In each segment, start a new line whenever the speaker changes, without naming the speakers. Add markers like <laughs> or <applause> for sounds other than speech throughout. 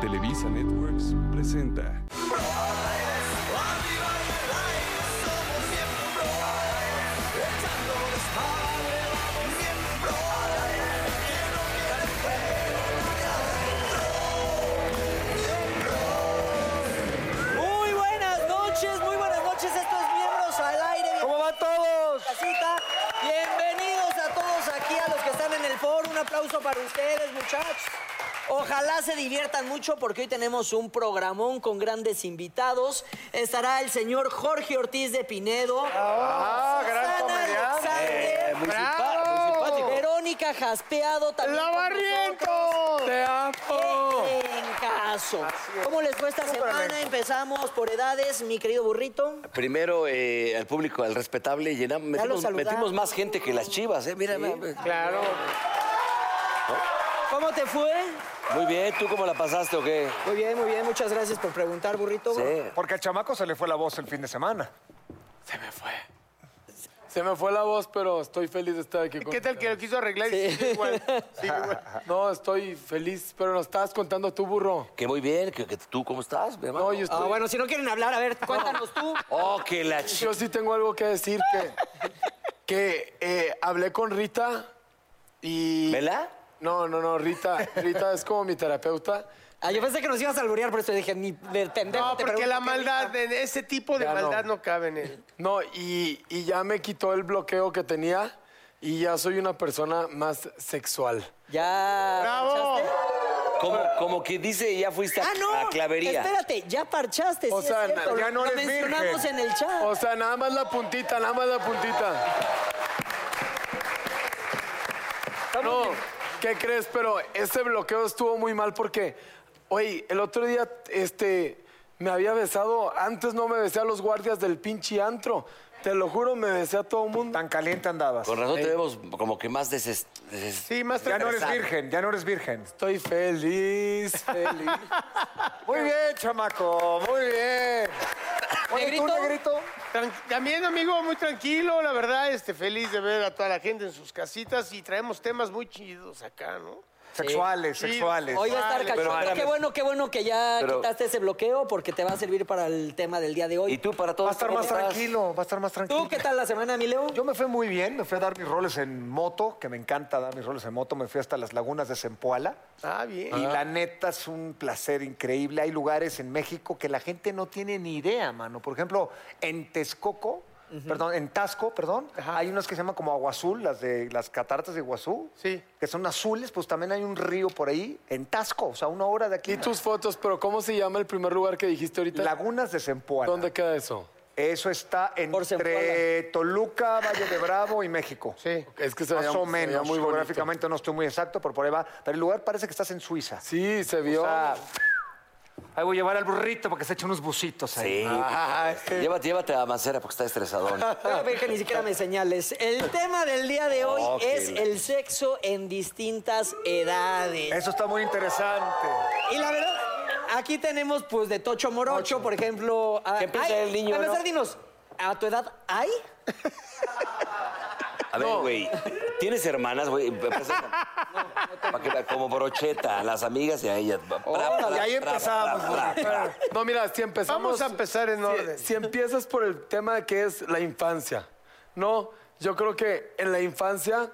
Televisa Networks presenta.
Muy buenas noches, muy buenas noches, estos miembros al aire. ¿Cómo van todos? Casita. Bienvenidos a todos aquí, a los que están en el foro. Un aplauso para ustedes, muchachos. Ojalá se diviertan mucho porque hoy tenemos un programón con grandes invitados. Estará el señor Jorge Ortiz de Pinedo. Ah, gran comediante. Eh, muy simpático. Verónica Jaspeado también. ¡La
¡Te amo!
en caso. ¿Cómo les fue esta semana? Empezamos por edades, mi querido burrito.
Primero, eh, al público, al respetable, llenamos,
lo
metimos,
saludamos.
metimos más gente que las chivas, ¿eh? Mira,
pues,
mira.
Claro.
¿Cómo te fue?
Muy bien, ¿tú cómo la pasaste o qué?
Muy bien, muy bien. Muchas gracias por preguntar, burrito.
Sí.
Porque al chamaco se le fue la voz el fin de semana.
Se me fue. Se me fue la voz, pero estoy feliz de estar aquí con
¿Qué tal que lo quiso arreglar? y sigue igual? Sigue igual.
<laughs> No, estoy feliz, pero nos estabas contando tú, burro.
Que muy bien, que, que tú cómo estás, mi hermano.
No, yo estoy-
Ah, bueno, si no quieren hablar, a ver, cuéntanos tú.
Oh, que la chiva.
Yo sí tengo algo que decir que... Que eh, hablé con Rita y...
¿Vela?
No, no, no, Rita. Rita es como mi terapeuta.
Ah, yo pensé que nos ibas a alburear, por eso dije, ni de pendejo.
No,
te
porque
pregunto
la
qué
maldad,
risa.
de ese tipo de
Ya no.
maldad no, cabe en él.
No, y, y ya me quitó el bloqueo que tenía y ya soy una persona más sexual.
Ya.
¡Bravo!
¿parchaste?
Ah, Como, como que dice, ya fuiste a,
Ah, no.
a clavería.
Espérate, ya parchaste.
O
sí,
sea,
es cierto,
ya no
lo
eres
mencionamos
virgen.
en el chat.
O sea, nada más la puntita, nada más la puntita. No, ¿qué crees? Pero ese bloqueo estuvo muy mal porque, oye, el otro día este, me había besado, antes no me besé a los guardias del pinche antro. Te lo juro, me besé a todo mundo.
Tan caliente andabas.
Con razón te vemos como que más deses... deses-
Sí, más
Ya no eres
tranquilo.
virgen, ya no eres virgen.
Estoy feliz, feliz.
Muy bien, chamaco, muy bien. Oye, tú,
¿Negrito?
negrito.
Tran- También, amigo, muy tranquilo, la verdad, este, feliz de ver a toda la gente en sus casitas y traemos temas muy chidos acá, ¿no?
Sexuales,
Sí.
sexuales.
Hoy va a estar
Vale,
cachondo.
pero espérame.
Qué bueno, qué bueno que ya
Pero-
quitaste ese bloqueo porque te va a servir para el tema del día de hoy.
Y tú para todos.
Va a estar
¿cómo
más
estás?
tranquilo, va a estar más tranquilo.
¿Tú qué tal la semana, mi Leo?
Yo me fui muy bien, me fui a dar mis roles en moto, que me encanta dar mis roles en moto, me fui hasta las lagunas de Zempoala.
Ah, bien.
Y la neta es un placer increíble. Hay lugares en México que la gente no tiene ni idea, mano. Por ejemplo, en Texcoco, perdón, en Tasco, perdón, hay unas que se llaman como Agua Azul, las de las cataratas de Iguazú.
Sí.
Que son azules, pues también hay un río por ahí, en Tasco, o sea, una hora de aquí.
Y tus fotos, pero ¿cómo se llama el primer lugar que dijiste ahorita?
Lagunas de Zempoala.
¿Dónde queda eso?
Eso está
Por
entre
Zempoala.
Eh, Toluca, Valle de Bravo y México.
Sí.
Es que se
Más
veía-
o
se veía
menos,
muy bonito.
geográficamente no estoy muy exacto, pero por ahí va. Pero el lugar parece que estás en Suiza.
Sí, se vio.
O sea, ahí voy a llevar al burrito porque se eche unos bucitos ahí.
Sí.
Ah,
<laughs> Llévate, llévate a Mancera porque está estresadón.
Bueno, pero que ni siquiera me señales. El tema del día de hoy
Ok.
es el sexo en distintas edades.
Eso está muy interesante.
Y la verdad, aquí tenemos pues de Tocho Morocho, por ejemplo. a-
Que empiece
Ay,
el niño,
para
¿no?
empezar, dinos, ¿a tu edad hay?
<laughs>
A ver, güey, ¿tienes hermanas, güey? Preséntame. Pa' que- Como brocheta, las amigas y a ellas. Pra, pra,
y ahí
pra,
empezamos,
pra, pra, pra.
No, mira, si empezamos.
Vamos a empezar en
si-
orden.
Si, empiezas por el tema que es la infancia, no, yo creo que en la infancia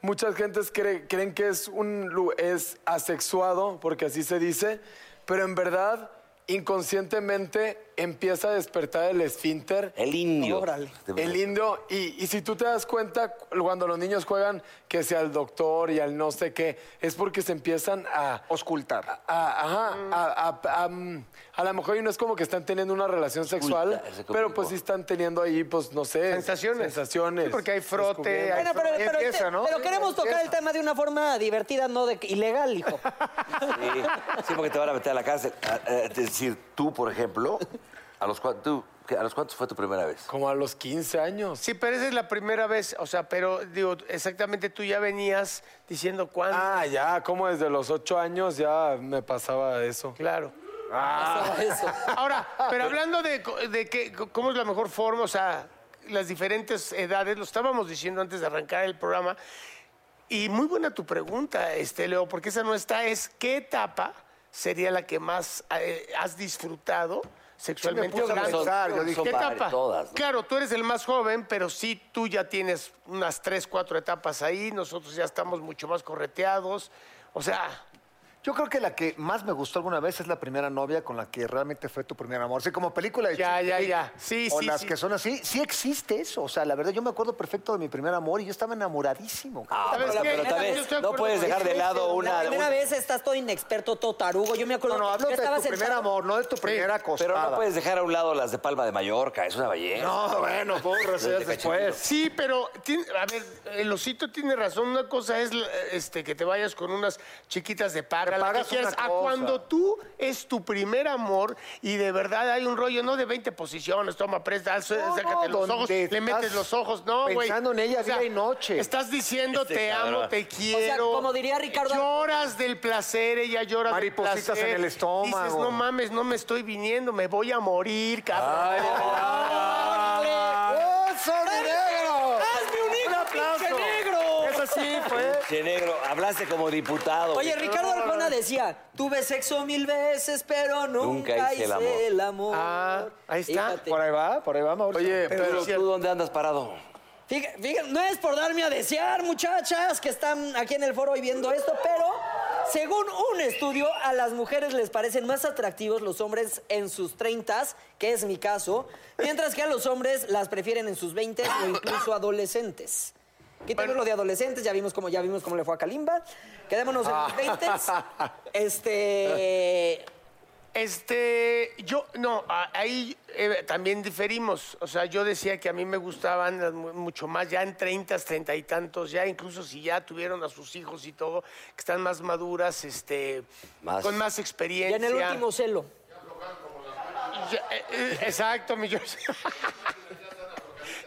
Muchas gentes cre- creen que es, un, lu- es asexuado, porque así se dice, pero en verdad, inconscientemente empieza a despertar el esfínter.
El indio.
Órale. El indio, y, y si tú te das cuenta, cu- cuando los niños juegan que sea al doctor y al no sé qué, es porque se empiezan a...
Oscultar.
a- ajá, a, a- a- mm, a lo mejor y no es como que están teniendo una relación sexual,
ese complicó.
pero pues sí están teniendo ahí, pues no sé.
Sensaciones.
Sensaciones.
Sí, porque hay frote, hay
Bueno, pero,
frote.
pero el te-
Empieza, ¿no?
pero queremos tocar el tema de una forma divertida, no de ilegal, hijo.
Sí, sí, porque te van a meter a la cárcel. Ah, eh, Es decir, tú, por ejemplo, ¿a los, cua- tú, qué, ¿a los cuántos fue tu primera vez?
Ah, Como a los 15 años.
Sí, pero esa es la primera vez, o sea, pero digo, exactamente tú ya venías diciendo cuándo.
Ah, ya, como desde los 8 años ya me pasaba eso. Ah,
Claro.
Ah.
Eso.
Ahora, pero hablando de, co- de que, co- cómo es la mejor forma, o sea, las diferentes edades, lo estábamos diciendo antes de arrancar el programa, y muy buena tu pregunta, este, Leo, porque esa no está, es ¿qué etapa sería la que más eh, has disfrutado sexualmente?
puse a
hablando?
pensar, yo dije,
¿Qué
Son
etapa?
varias, todas, ¿no?
Claro, tú eres el más joven, pero sí tú ya tienes unas tres, cuatro etapas ahí, nosotros ya estamos mucho más correteados, o sea...
Yo creo que la que más me gustó alguna vez es la primera novia con la que realmente fue tu primer amor. Sí, como película de
Ya,
chick
ya,
flick,
ya. Sí,
o
sí,
las
sí.
que son así. Sí existe eso. O sea, la verdad, yo me acuerdo perfecto de mi primer amor y yo estaba enamoradísimo.
Ah,
¿Sabes
pero,
qué?
pero
Yo
también
estoy de
no
acuerdo
puedes
con
dejar de
eso.
lado
La
una...
primera
un-
vez estás todo inexperto, todo tarugo. Yo me acuerdo
No, no,
que
hablo
yo
de tu
estaba
primer
sentado-
amor, no de tu primera acostada.
Pero no puedes dejar a un lado las de Palma de Mallorca, es una belleza.
No, bueno, porra,
Desde
seas después.
Sí, pero tiene- a ver, el osito tiene razón. Una cosa es la- este, que te vayas con unas chiquitas de paga,
Te
la que
pagas
quieras.
una
A
cosa.
cuando tú es tu primer amor y de verdad hay un rollo, no de 20 posiciones, toma presta, alza-
No, no,
acércate los
donde
ojos, le
estás
metes los ojos, no, güey.
pensando en ella día y noche.
Estás diciendo te amo, te quiero.
como diría Ricardo-
Lloras del placer, ella llora
Maripositas
del placer.
en el estómago.
Dices, no mames, no me estoy viniendo, me voy a morir, cabrón.
¡Oso de negro!
¡Hazme un hijo, pinche negro!
Pues
Eso sí fue.
Che negro, hablaste como diputado.
Oye,
güey.
Ricardo Arjona decía, tuve sexo mil veces, pero nunca,
Nunca hice el amor".
el amor.
Ah, ahí está.
Fíjate.
Por ahí va, por ahí va, Mauricio.
Oye, pero,
Pero tú, ¿dónde andas parado?
Fíjate, fíjate, no es por darme a desear, muchachas, que están aquí en el foro y viendo esto, pero según un estudio, a las mujeres les parecen más atractivos los hombres en sus 30, que es mi caso, mientras que a los hombres las prefieren en sus 20 o incluso adolescentes. Quitemos lo de adolescentes, ya vimos cómo, ya vimos cómo le fue a Kalimba. Quedémonos en
Ah.
Ah.
los 20.
<laughs>
Este.
Este, yo, no, a- ahí eh, también diferimos. O sea, yo decía que a mí me gustaban las mu- mucho más, ya en 30, 30 y tantos, ya incluso si ya tuvieron a sus hijos y todo, que están más maduras, este,
Más.
con más
Y
experiencia.
en el último celo.
Ya, eh, eh, exacto, mi George.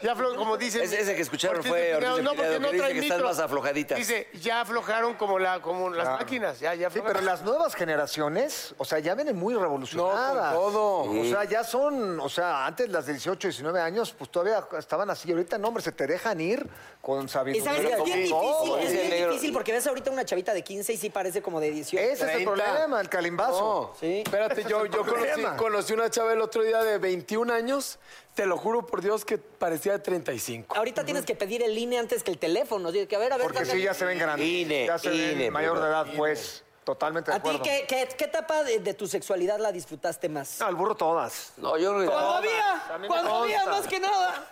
Ya aflo- como dicen.
Ese- ese que escucharon
Ortiz
fue
de Pinedo.
Ortiz de
No, porque
Pinedo,
no
que dice
traen
que están
micro.
más Ah. aflojaditas.
Dice, ya aflojaron como, la, como las máquinas. Ya, ya
Ah. Sí,
aflojaron.
pero las nuevas generaciones, o sea, ya vienen muy revolucionadas.
No, con todo.
O sea, ya son, o sea, antes las de 18, 19 años, pues todavía estaban así. Ahorita, no, hombre, se te dejan ir con
Y
sabiduría.
sabes que es bien
con todo, ¿eh?
difícil, es
dice
bien
el negro.
difícil porque ves ahorita una chavita de 15 y sí parece como de 18.
Ese es el
30.
problema, el calimbazo.
No, espérate, yo, yo conocí,
problema.
conocí una chava el otro día de 21 años, te lo juro por Dios que parecía de 35.
Ahorita tienes que pedir el INE antes que el teléfono. Así que, a ver, a ver,
Porque
sácame.
sí, ya se ven grandes.
INE,
ya se
INE,
ven mayor de
primero.
edad, pues. Totalmente de
¿A ti
acuerdo.
qué, qué- qué etapa de, de tu sexualidad la disfrutaste más?
No, Ah, el burro todas.
No, yo creo que...
Cuando había,
a mí me
cuando había
consta.
más que nada.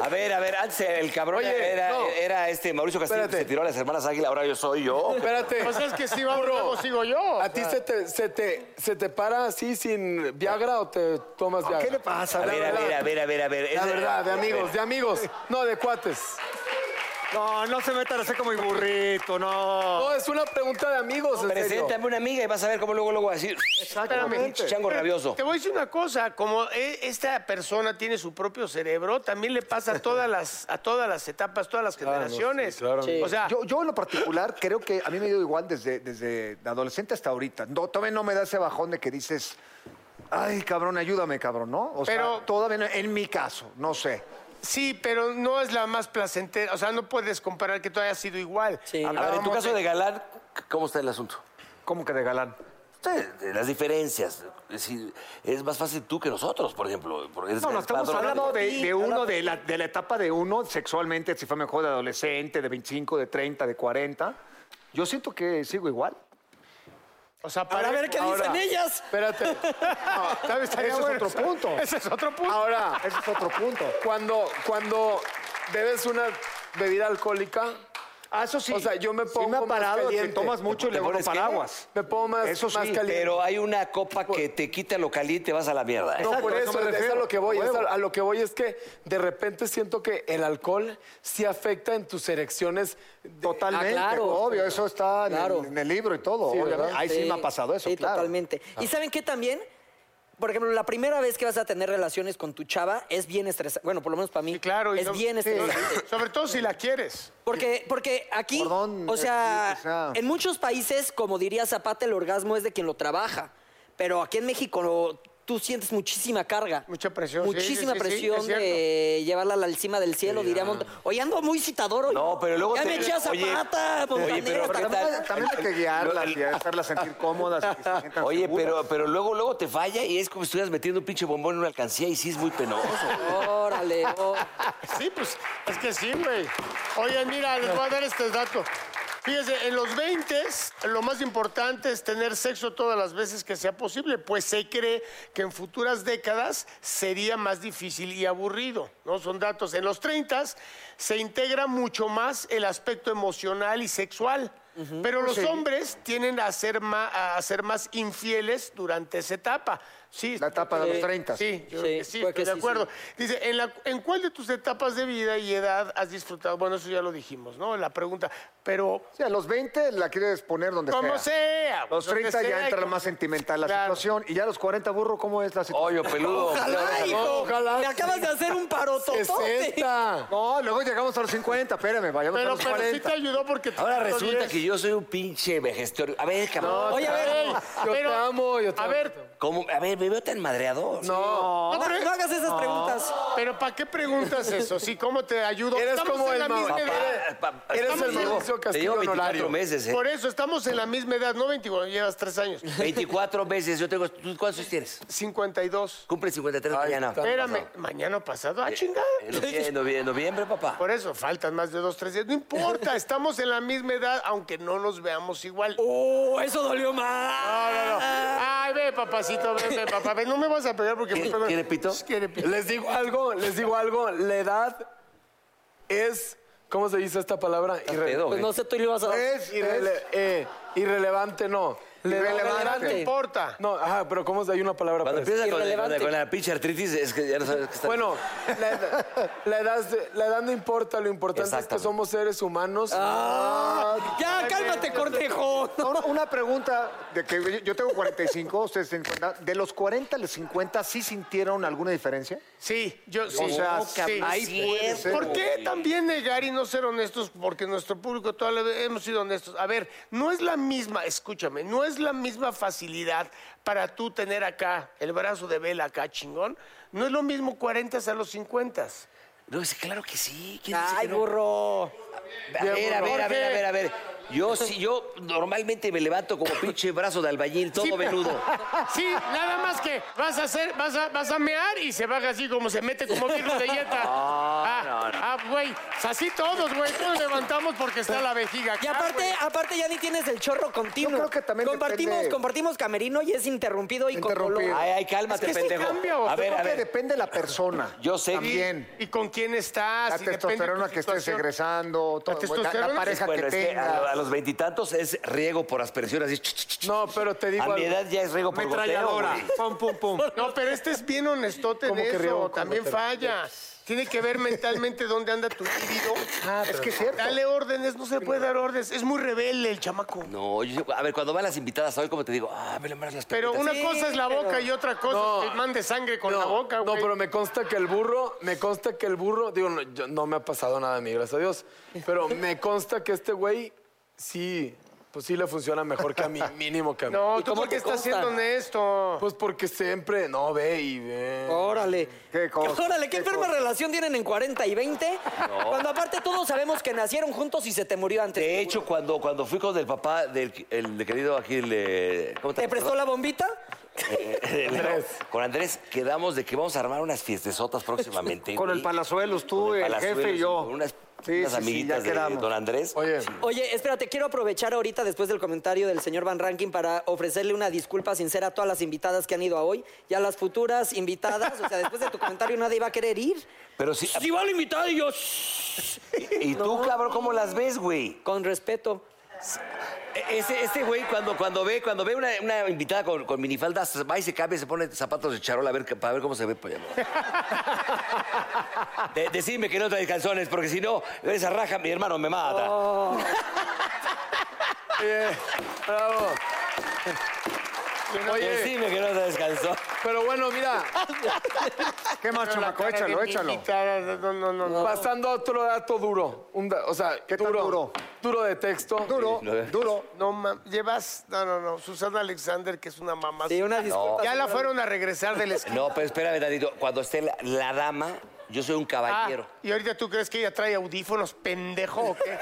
A ver, a ver, antes el cabrón
Oye,
era,
no.
era este Mauricio Castillo que
Espérate.
se tiró a las hermanas Águila, ahora yo soy yo.
Espérate.
Pues es que si va luego sigo yo. o
¿A ti
sea.
se te, se, te, se te para así sin Viagra o te tomas Viagra?
¿Qué le pasa?
A
La
ver, a
verdad.
ver, a ver, a ver, a ver.
La
Es-
verdad, de amigos, de amigos. No, de cuates.
No, no se metan así como el burrito, no.
No, es una pregunta de amigos, en serio.
Preséntame una amiga y vas a ver cómo luego, luego va a decir.
Exactamente.
Chango rabioso.
Te voy a decir una cosa, como e- esta persona tiene su propio cerebro, también le pasa a
<laughs>
todas las, a todas las etapas, todas las generaciones. O sea,
Yo, yo en lo particular creo que a mí me dio igual desde, desde de adolescente hasta ahorita. No, todavía no me da ese bajón de que dices, ay, cabrón, ayúdame, cabrón, ¿no? O
Pero-
sea, todavía no- en mi caso, no sé.
sí, pero no es la más placentera. O sea, no puedes comparar que todo haya sido igual.
Sí.
A ver, en tu
Hablábamos
caso de galán, ¿cómo está el asunto?
¿Cómo que de galán?
Sí, de las diferencias. Es, decir, es más fácil tú que nosotros, por ejemplo. porque eres-
No, no, estamos
más
hablando
adolescente.
de, de uno, de la, de la etapa de uno sexualmente, si fue mejor de adolescente, de 25, de 30, de 40. Yo siento que sigo igual.
O sea,
Para ver qué dicen ellas.
Espérate. No, ¿sabes? Estaría
Ese es
bueno.
otro punto.
Ese es otro punto.
Ahora,
Ese es otro punto.
cuando, cuando bebes una bebida alcohólica,
Ah, eso sí.
O sea, yo me
Sí
pongo
me ha
más
parado de que
caliente.
tomas mucho y
¿Te
luego no
pones qué?
paraguas.
me pongo más,
Eso sí,
más caliente.
Pero hay una copa que te quita lo caliente y vas a la mierda. ¿eh?
No,
Exacto,
por
eso
eso,
me
es
refiero.
a lo que voy. es
Huevo.
a, a lo que voy es que de repente siento que el alcohol sí afecta en tus erecciones. de-
Totalmente,
Ah, claro.
obvio, eso está en el-
Claro.
en, el, libro y todo. obviamente.
¿verdad?
Ahí sí, me ha pasado eso,
sí,
claro. Ah.
totalmente. ¿Y saben qué también? Por ejemplo, la primera vez que vas a tener relaciones con tu chava es bien estresante. Bueno, por lo menos para mí.
Sí, claro. y
Es
no-
bien
sí,
estresante.
Sobre todo si la quieres.
Porque, porque aquí,
Perdón,
o, sea,
eh, sí, o sea-
en muchos países, como diría Zapata, el orgasmo es de quien lo trabaja. Pero aquí en México lo- tú sientes muchísima carga.
Mucha presión, sí,
Muchísima
sí, sí, sí,
presión
es cierto.
de llevarla al encima del cielo, diría Mont- Oye, ando muy citador hoy.
No, pero luego
Ya
te-
me eché a
oye,
Zapata,
oye, pero
Montaner,
¿qué
Zapata.
tal?
También, también hay que guiarlas y hacerlas sentir cómodas. y que se
<laughs>
sientan
Oye,
seguras.
pero, pero luego, luego te falla y es como si estuvieras metiendo un pinche bombón en una alcancía y sí es muy penoso.
Órale. oh.
Sí, pues es que sí, güey. Oye, mira, les voy a dar este dato. Fíjense, en los 20 lo más importante es tener sexo todas las veces que sea posible, pues se cree que en futuras décadas sería más difícil y aburrido, ¿no? Son datos. En los 30 se integra mucho más el aspecto emocional y sexual. Pero los hombres tienden a ser, ma- a ser más infieles durante esa etapa. Sí,
La etapa de los 30.
Eh, Sí, yo
Sí,
creo que sí,
creo
estoy
que
de
sí,
acuerdo. Dice, ¿en, la- en cuál de tus etapas de vida y edad has disfrutado? Bueno, eso ya lo dijimos, ¿no? La pregunta. Pero,
Sí, a los 20 la quieres poner donde
como
sea.
sea. pues,
Los
lo que
30 ya
sea,
entra
como-
más sentimental la
Claro.
situación. Y ya a los 40, burro, ¿cómo es la situación?
Oye, peludo.
Ojalá, hijo.
ojalá
Me acabas de hacer un parototote.
60.
No, luego llegamos a los 50, espérame, vayamos a
Pero,
los
pero sí
40.
te ayudó porque...
Ahora resulta que yo soy un pinche vejestorio. A ver, cabrón.
Oye, a ver.
Yo te amo, yo te
A
amo.
ver,
¿cómo? A ver, me veo tan madreado.
No.
No,
pero-
no hagas esas preguntas.
pero ¿para qué preguntas eso? Sí, ¿cómo te ayudo?
Eres
Estamos
como
en
el
la
mamá.
misma
Papá,
edad.
papá,
Eres
te
el
llevo-
Mauricio
Te
Castillo
llevo 24
honorario.
meses, ¿eh?
Por eso, estamos en la misma edad. No 21, llevas tres años.
24 meses. Yo tengo... ¿Tú cuántos años tienes?
52.
Cumple 53 mañana.
Espérame, mañana pasado. Ah, chingada.
En
<laughs>
novie- en novie- en noviembre, papá.
Por eso, faltan más de dos, tres días. No
<laughs>
importa, estamos en la misma edad, aunque no nos veamos igual.
Oh, eso dolió más.
No, no, no. Ay, ve, papacito, ve,
<laughs>
ve, papá. Ve, no me vas a pegar porque... me
¿Quiere- <laughs>
pego-
quiere pito?
¿Quiere pito?
Les digo algo, les digo algo. La edad es, ¿cómo se dice esta palabra? Irre-
pedo,
Pues no sé, tú le ibas a dar.
Es irrele- eh, irrelevante, no. La edad-
No te importa.
No, ajá, pero ¿cómo se hay una palabra
Cuando
para eso?
empiezas con,
irrelevante.
con la pinche artritis, es que ya no sabes qué está...
Bueno, la edad, la edad- la edad no importa, lo importante es que
Exactamente.
somos seres humanos.
Ah. Ya, cálmate, cortejo.
No, no, una pregunta, de que yo- yo tengo 45, ustedes 50. ¿De los 40 a los 50 sí sintieron alguna diferencia?
Sí, yo sí.
sea,
Sí.
ahí Oh, puede ser.
¿Por qué también negar y no ser honestos? Porque nuestro público todavía hemos sido honestos. A ver, no es la misma, escúchame, no es la misma facilidad para tú tener acá el brazo de vela acá, chingón. No es lo mismo 40 a los 50.
No, sí, claro que sí. ¿Quién dice
Ay,
que no?
burro.
A ver, a ver, a ver, a ver, a ver. Yo sí, yo normalmente me levanto como pinche brazo de albañil, todo venudo.
<laughs> Sí, nada más que vas a hacer, vas a, vas a mear y se baja así como se mete como virus de dieta.
<laughs>
<laughs> ah,
no, no.
ah, güey, así todos, güey, todos levantamos porque está la vejiga.
Y
acá,
aparte,
güey.
aparte ya ni tienes el chorro continuo.
Yo creo que también
compartimos,
depende-
compartimos camerino y es interrumpido y con
Interrumpido.
color.
Ay, ay, cálmate,
Es que sí
pendejo.
cambia, o
a
sea,
ver,
Creo
a
que
ver.
depende de la persona.
Yo sé.
También.
¿Y con quién estás?
La
y depende de tu
testosterona que estés
situación.
egresando, todo,
La
güey, la, la
testosterona,
pareja
Bueno,
que
es que ah, a, lo-
tengas.
a los veintitantos es riego por aspersión, así. ch, ch, ch, ch.
No, pero te digo
a mi
algo.
edad ya es riego por goteo, güey.
Pum, pum, pum.
<laughs> No, pero este es bien honestote en
¿Cómo que
eso.
riego? ¿Cómo
También
te-
falla. Tiene que ver mentalmente dónde anda tu
<laughs>
libido.
Ah,
Es que es cierto.
Dale órdenes, no se puede dar órdenes. Es muy rebelde el chamaco.
No, yo, a ver, cuando van las invitadas hoy, como te digo, ah, me lembras las
Pero
pelotas.
una
Sí,
cosa es la
pero-
boca y otra cosa
No.
es que mande sangre con la boca,
no,
güey.
pero me consta que el burro, me consta que el burro, digo, no, yo- no me ha pasado nada a mí, gracias a Dios, pero me consta que este güey sí pues sí le funciona mejor que a mí, mínimo que a mí.
No,
¿Y
tú
cómo
por qué
te
estás
consta?
siendo honesto.
Pues porque siempre, no, ve y ve.
Órale.
Qué cosa,
Órale, qué,
qué
enferma
cosa.
relación tienen en 40 y 20. Cuando aparte todos sabemos que nacieron juntos y se te murió antes.
De hecho, cuando, cuando fui con el papá del el de querido aquí, el, eh, ¿cómo
¿Te prestó la bombita?
Andrés. eh, Con Andrés quedamos de que vamos a armar unas fiestezotas próximamente.
Con el
Y-
Palazuelos, tú,
con
el
Palazuelos
jefe y yo.
con unas,
Sí,
unas
sí, sí,
amiguitas
ya
de
quedamos.
don Andrés.
Oye,
Oye, espérate, quiero aprovechar ahorita después del comentario del señor Van Ranking para ofrecerle una disculpa sincera a todas las invitadas que han ido a hoy y a las futuras invitadas. O sea, después de tu comentario nadie iba a querer ir.
Pero sí.
Si va la invitada y yo...
¿Y tú, cabrón, cómo las ves, güey?
Con respeto.
E- Ese, este güey, cuando, cuando ve, cuando ve una, una invitada con, con minifalda, se va y se cambia, se pone zapatos de charola a ver, que- para ver cómo se ve. pues, <laughs> ya. De- decidme que no traes calzones, porque si no, esa raja, mi hermano, me mata.
Oh.
<laughs>
bravo.
pues
Oye,
Decidme que no traes calzones.
pero bueno,
<laughs>
mira,
¿Qué más, chamaco?
Cara de
Échalo,
mi
échalo.
invitada, No, no, no. no.
pasando a otro dato duro. un da- o sea,
¿Qué tan duro?
Duro de texto.
Duro, duro.
No, mam- llevas. No, no, no. Susana Alexander, que es una mamá.
Sí, una disculpa.
Ya la fueron a regresar del esquí.
No, pero espérame tantito. Cuando esté la, la dama, yo soy un caballero.
y ahorita tú crees que ella trae audífonos, pendejo, ¿o qué?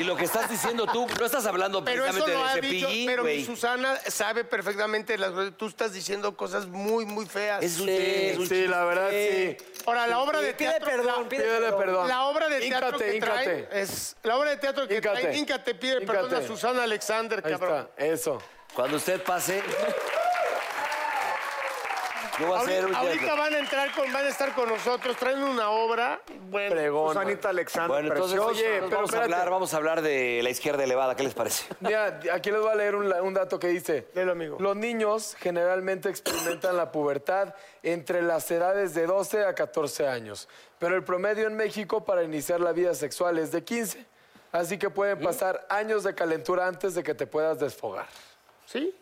Y lo que estás diciendo tú, no estás hablando
Pero eso
precisamente
lo ha
de
dicho.
cepillín,
Pero mi
güey.
Susana sabe perfectamente las cosas. Tú estás diciendo cosas muy, muy feas.
Es un
Sí,
es un
Sí, la verdad, sí.
Ahora, la obra de
Pide
teatro.
perdón,
la-
pide
Pídele
perdón.
perdón.
La obra de teatro
Híncate,
que trae eh,
híncate.
es la obra de teatro que
Híncate.
trae Inca te pide perdón
Híncate.
a Susana Alexander,
Ahí
cabrón.
está, eso.
Cuando usted pase, yo voy a hacer un...
Ahorita, ahorita van a entrar con, van a estar con nosotros, traen una obra. Bueno,
Pregón.
Susanita Alexander,
Bueno, entonces,
preciosa.
oye,
pero
vamos, a
espérate.
hablar, vamos a hablar de la izquierda elevada, ¿qué les parece?
Mira, aquí les voy a leer un, la- un dato que dice.
Léelo, amigo.
Los niños generalmente experimentan la pubertad entre las edades de 12 a 14 años, pero el promedio en México para iniciar la vida sexual es de 15. Así que pueden pasar años de calentura antes de que te puedas desfogar.
¿Sí?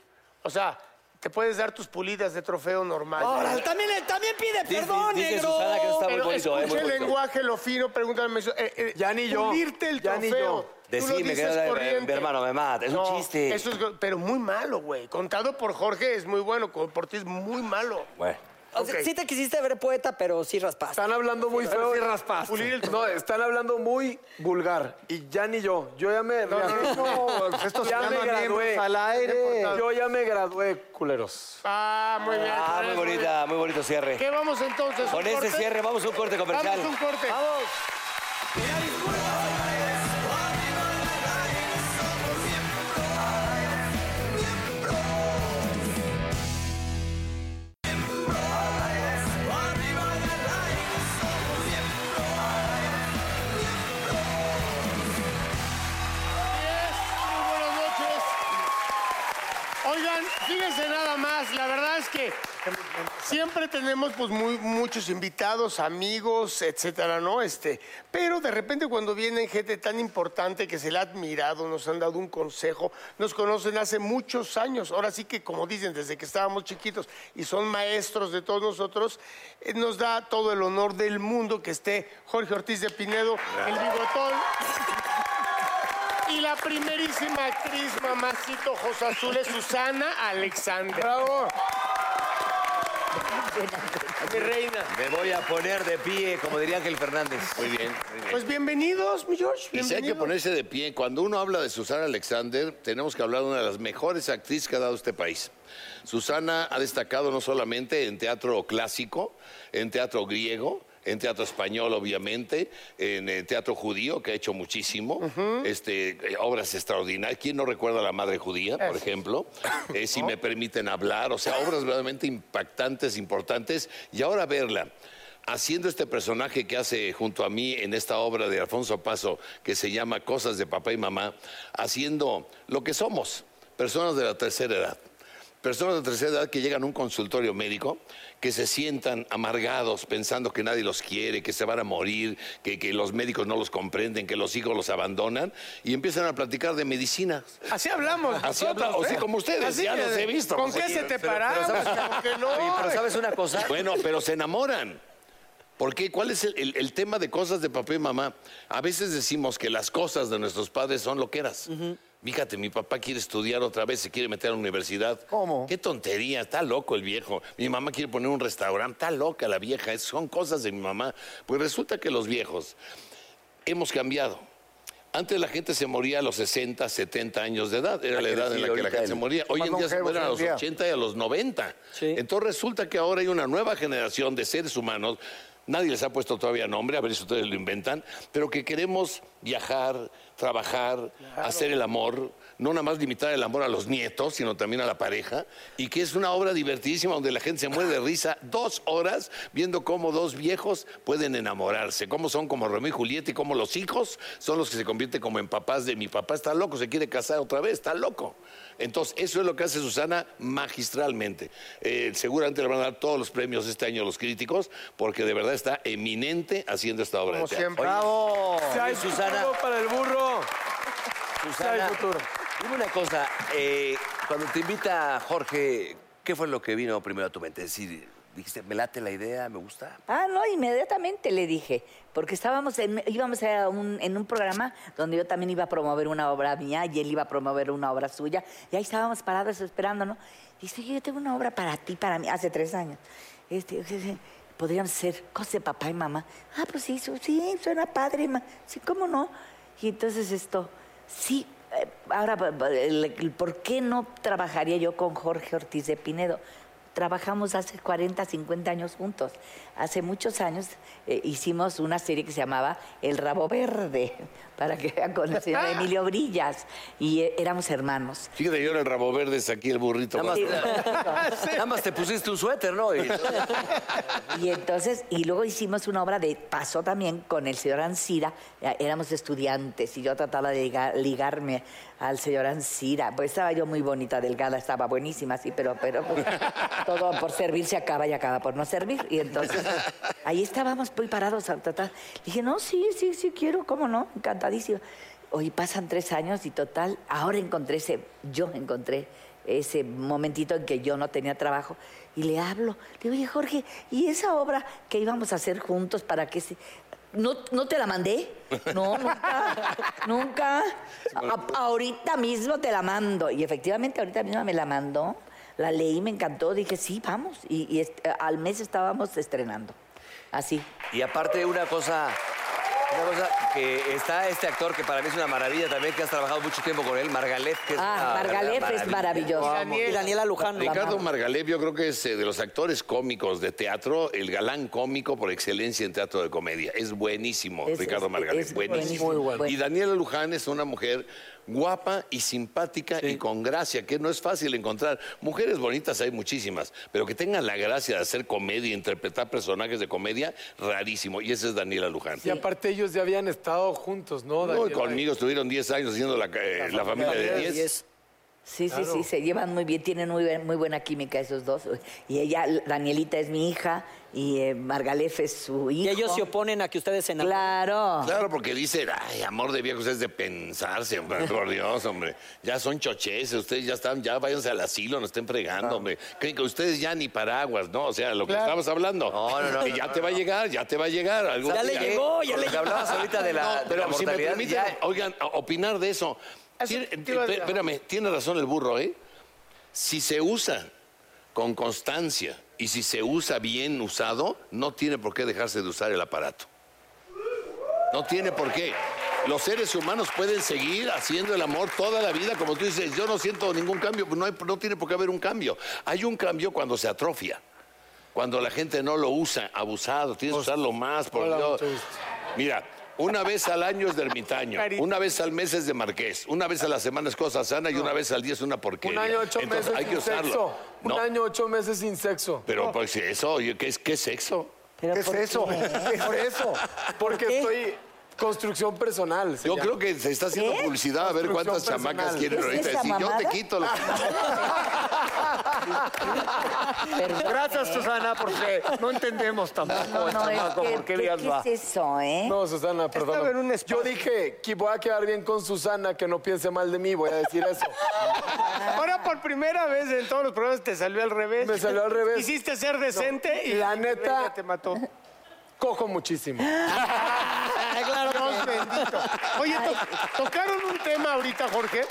O sea, te puedes dar tus pulidas de trofeo normal.
Órale, también, también pide
Dice-
perdón,
dice
negro.
Susana que está muy
Pero
bonito, eh,
escucha
muy
el
bonito.
lenguaje, lo fino, pregúntame. eso. Eh, eh,
Ya ni yo,
Pulirte el
ya ni
trofeo.
yo.
Tú lo
Decime que
dices
no, eh,
corriente.
mi hermano, me mata, es un chiste.
Eso es, gro- pero muy malo, güey. Contado por Jorge es muy bueno, con- por ti es muy malo.
Bueno,
O sea,
Ok.
Sí te quisiste ver poeta, pero sí raspaste.
Están hablando muy feo.
Pulir el
No, están hablando muy vulgar. Y ya ni yo. Yo ya me. <laughs>
no, pues no, esto se
ya me
llama
gradué.
miembros al aire.
Yo ya me gradué, culeros.
Ah, muy bien.
ah, muy
Muy bien.
bonita, muy bonito cierre.
¿Qué vamos entonces?
Con
¿Un
este
corte?
cierre vamos a un corte comercial.
Vamos un corte. Yes, muy buenas noches. Oigan, fíjense nada más, la verdad es que siempre tenemos pues muy, muchos invitados, amigos, etcétera, ¿no? Este, pero de repente cuando vienen gente tan importante que se la ha admirado, nos han dado un consejo, nos conocen hace muchos años, ahora sí que como dicen, desde que estábamos chiquitos y son maestros de todos nosotros, eh, nos da todo el honor del mundo que esté Jorge Ortiz de Pinedo, el bigotón. Y la primerísima actriz, mamacito José Azul, es Susana Alexander. ¡Bravo! Mi reina.
Me voy a poner de pie, como diría Ángel Fernández.
Muy bien, muy bien.
Pues bienvenidos, mi George.
Y si hay que
bienvenidos.
ponerse de pie, cuando uno habla de Susana Alexander, tenemos que hablar de una de las mejores actrices que ha dado este país. Susana ha destacado no solamente en teatro clásico, en teatro griego, en teatro español, obviamente, en eh, teatro judío, que ha hecho muchísimo, este, eh, obras extraordinarias. ¿Quién no recuerda a la madre judía, por
<coughs>
ejemplo? Eh, si me permiten hablar, o sea, obras verdaderamente impactantes, importantes, y ahora verla haciendo este personaje que hace junto a mí en esta obra de Alfonso Paso, que se llama Cosas de Papá y Mamá, haciendo lo que somos, personas de la tercera edad. Personas de tercera edad que llegan a un consultorio médico, que se sientan amargados pensando que nadie los quiere, que se van a morir, que, que los médicos no los comprenden, que los hijos los abandonan, y empiezan a platicar de medicina.
Así hablamos.
Así
nosotros,
habla- o sí,
¿eh?
como ustedes, ya
que-
los he visto.
¿Con
Sí,
qué se te
pero-
paraba? Como que no.
Oye, pero ¿sabes una cosa?
Bueno, pero se enamoran. ¿Por qué? ¿Cuál es el, el- el tema de cosas de papá y mamá? A veces decimos que las cosas de nuestros padres son lo que eras. Fíjate, mi papá quiere estudiar otra vez, se quiere meter a la universidad. ¿Cómo? Qué tontería, está loco el viejo. Mi mamá quiere poner un restaurante, está loca la vieja, es- son cosas de mi mamá. Pues resulta que los viejos hemos cambiado. Antes la gente se moría a los 60, 70 años de edad. Era
Hay
la
Ah, que
edad en
decir
la que la
ahorita
gente
el-
se moría. Hoy
Más
en día se
longevos
mueren a
hoy en
los
día.
80 y a los 90. Entonces resulta que ahora hay una nueva generación de seres humanos, nadie les ha puesto todavía nombre, a ver si ustedes lo inventan, pero que queremos viajar, trabajar, hacer el amor, no nada más limitar el amor a los nietos, sino también a la pareja, y que es una obra divertidísima donde la gente se muere de risa dos horas viendo cómo dos viejos pueden enamorarse, cómo son como Romeo y Julieta y cómo los hijos son los que se convierten como en papás de mi papá está loco, se quiere casar otra vez, está loco. Entonces, eso es lo que hace Susana magistralmente. Eh, seguramente le van a dar todos los premios este año a los críticos, porque de verdad está eminente haciendo esta obra. de teatro. Oye,
¡Bravo!
Si hay futuro para el burro. Si hay futuro.
Dime una cosa, eh, cuando te invita Jorge, ¿qué fue lo que vino primero a tu mente? Es decir, dijiste, me late la idea, me gusta.
Ah, no, inmediatamente le dije, porque estábamos en, íbamos a un, en un programa donde yo también iba a promover una obra mía y él iba a promover una obra suya, y ahí estábamos parados esperando, ¿no? Dice, oye, yo tengo una obra para ti, para mí, hace tres años. Este, podríamos ser cosas de papá y mamá. Ah, pues sí, su- sí, suena padre, ma. sí, ¿cómo no? Y entonces esto, sí, eh, ahora, ba- ba- el- el ¿por qué no trabajaría yo con Jorge Ortiz de Pinedo? Trabajamos hace 40, 50 años juntos. Hace muchos años eh, hicimos una serie que se llamaba El Rabo Verde, para que vean con el señor Emilio Brillas. Y eh, éramos hermanos.
Fíjate, yo era el rabo verde, aquí el burrito.
Nada más,
más- <laughs>
nada más te pusiste un suéter, ¿no? Y-
Y entonces, y luego hicimos una obra de paso también con el señor Ansira. Eh, Éramos estudiantes y yo trataba de liga- ligarme al señor Ansira. Pues estaba yo muy bonita, delgada, estaba buenísima, sí, pero, pero pues, todo por servir se acaba y acaba por no servir. Y entonces ahí estábamos muy parados a tratar. Le dije, no, sí, sí, sí, quiero, cómo no, encantadísimo. Hoy pasan tres años y total, ahora encontré ese, yo encontré ese momentito en que yo no tenía trabajo y le hablo. Le digo, oye, Jorge, ¿y esa obra que íbamos a hacer juntos para que se... ¿No, ¿No te la mandé? No, nunca, <laughs> nunca. A- ahorita mismo te la mando. Y efectivamente ahorita mismo me la mandó. La leí, me encantó. Dije, sí, vamos. Y, y est- al mes estábamos estrenando. Así.
Y aparte, una cosa, una cosa que está este actor que para mí es una maravilla también, que has trabajado mucho tiempo con él, Margalef. Que es
Ah,
una
Margalef es
maravilla.
maravilloso. Y Daniela Luján.
Ricardo Margalef, yo creo que es eh, de los actores cómicos de teatro, el galán cómico por excelencia en teatro de comedia. Es buenísimo,
Es-
Ricardo
es-
Margalef,
es
buenísimo.
muy bueno.
Y Daniela Luján es una mujer guapa y simpática y con gracia, que no es fácil encontrar. Mujeres bonitas hay muchísimas, pero que tengan la gracia de hacer comedia, e interpretar personajes de comedia, rarísimo. Y esa es Daniela Luján.
Y aparte ellos ya habían estado juntos, ¿no?
No, y
Daniela?
conmigo estuvieron 10 años haciendo la, eh, la familia de 10.
Sí,
Claro.
sí, sí, se llevan muy bien, tienen muy, buen- muy buena química esos dos. Y ella, Danielita es mi hija y eh, Margalef es su hijo.
Y ellos se oponen a que ustedes se enamoren.
Claro.
Claro, porque dice, ay, amor de viejos es de pensarse, hombre, <laughs> por Dios, hombre. Ya son chocheses, ustedes ya están, ya váyanse al asilo, no estén fregando, hombre. Creen que ustedes ya ni paraguas, ¿no? O sea, lo que
Ah. Claro.
estabas hablando.
No, no, no,
<laughs> Que
no,
ya
no,
te va a llegar, ya te va a llegar. algún
Ya le
día. ¿eh?
llegó, ya le llegó.
Hablabas ahorita de la,
No,
pero
de la
si me
mortalidad,
permiten,
ya-
oigan, a- opinar de eso. Tiene-
te iba a
eh,
decir.
espérame, tiene razón el burro, ¿eh? Si se usa con constancia y si se usa bien usado, no tiene por qué dejarse de usar el aparato. No tiene por qué. Los seres humanos pueden seguir haciendo el amor toda la vida, como tú dices, yo no siento ningún cambio, no, hay- no tiene por qué haber un cambio. Hay un cambio cuando se atrofia, cuando la gente no lo usa, abusado, tienes que usarlo más, por
Pues, Hola,
Dios.
mucho gusto.
Mira, una vez al año es de ermitaño,
Carita.
una vez al mes es de marqués, una vez a la semana es cosa sana y una vez al día es una porquería.
Un año, ocho
Entonces,
meses
hay que
sin
usarlo.
sexo.
No,
Un año, ocho meses sin sexo.
pero pues eso, oye, ¿qué es, qué es sexo?
¿Pero
¿Qué es
<laughs>
eso? ¿Qué es eso?
Porque estoy... Construcción personal. se
Yo
llama.
creo que se está haciendo publicidad a ver cuántas
Construcción
chamacas
personal.
quieren
¿Es
ahorita.
esa
decir, yo te
mamada?
quito lo
<laughs>
<laughs> que...
Perdón,
Gracias,
¿eh?
Susana, porque no entendemos tampoco,
No, no, es
chamaco,
que,
por qué
¿qué-
días
qué
va.
es eso, eh?
No, Susana,
Estaba en
perdón.
un espacio.
Yo dije que voy a quedar bien con Susana, que no piense mal de mí, voy a decir eso.
Ahora por primera vez en todos los programas te salió al revés.
Me salió al revés.
Quisiste ser decente y
La neta-
te mató.
cojo muchísimo.
Dios bendito. Oye, to- tocaron un tema ahorita, Jorge,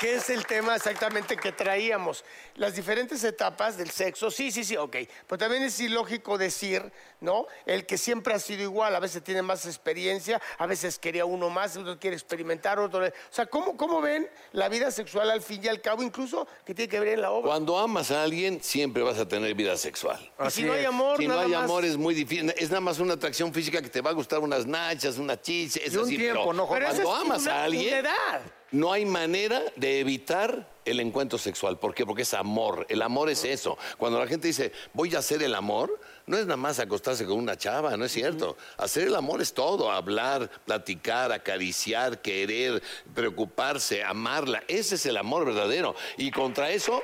que es el tema exactamente que traíamos. Las diferentes etapas del sexo. Sí, sí, sí, ok. Pero también es ilógico decir, ¿no? El que siempre ha sido igual. A veces tiene más experiencia, a veces quería uno más, otro quiere experimentar, otro... le- O sea, ¿cómo, cómo ven la vida sexual al fin y al cabo, incluso que tiene que ver en la obra?
Cuando amas a alguien, siempre vas a tener vida sexual.
Y si no hay amor,
Si no
nada
hay
más.
amor, es muy difícil. Es nada más una atracción física que te va a gustar unas nachas, unas chiches. Es
Y un
así,
tiempo,
pero
¿no, Jorge? Pero
Cuando
esa es
amas
una-
a alguien,
una edad.
no hay manera de evitar el encuentro sexual. ¿Por qué? Porque es amor. El amor es eso. Cuando la gente dice, voy a hacer el amor, no es nada más acostarse con una chava, no es cierto. Hacer el amor es todo. Hablar, platicar, acariciar, querer, preocuparse, amarla. Ese es el amor verdadero. Y contra eso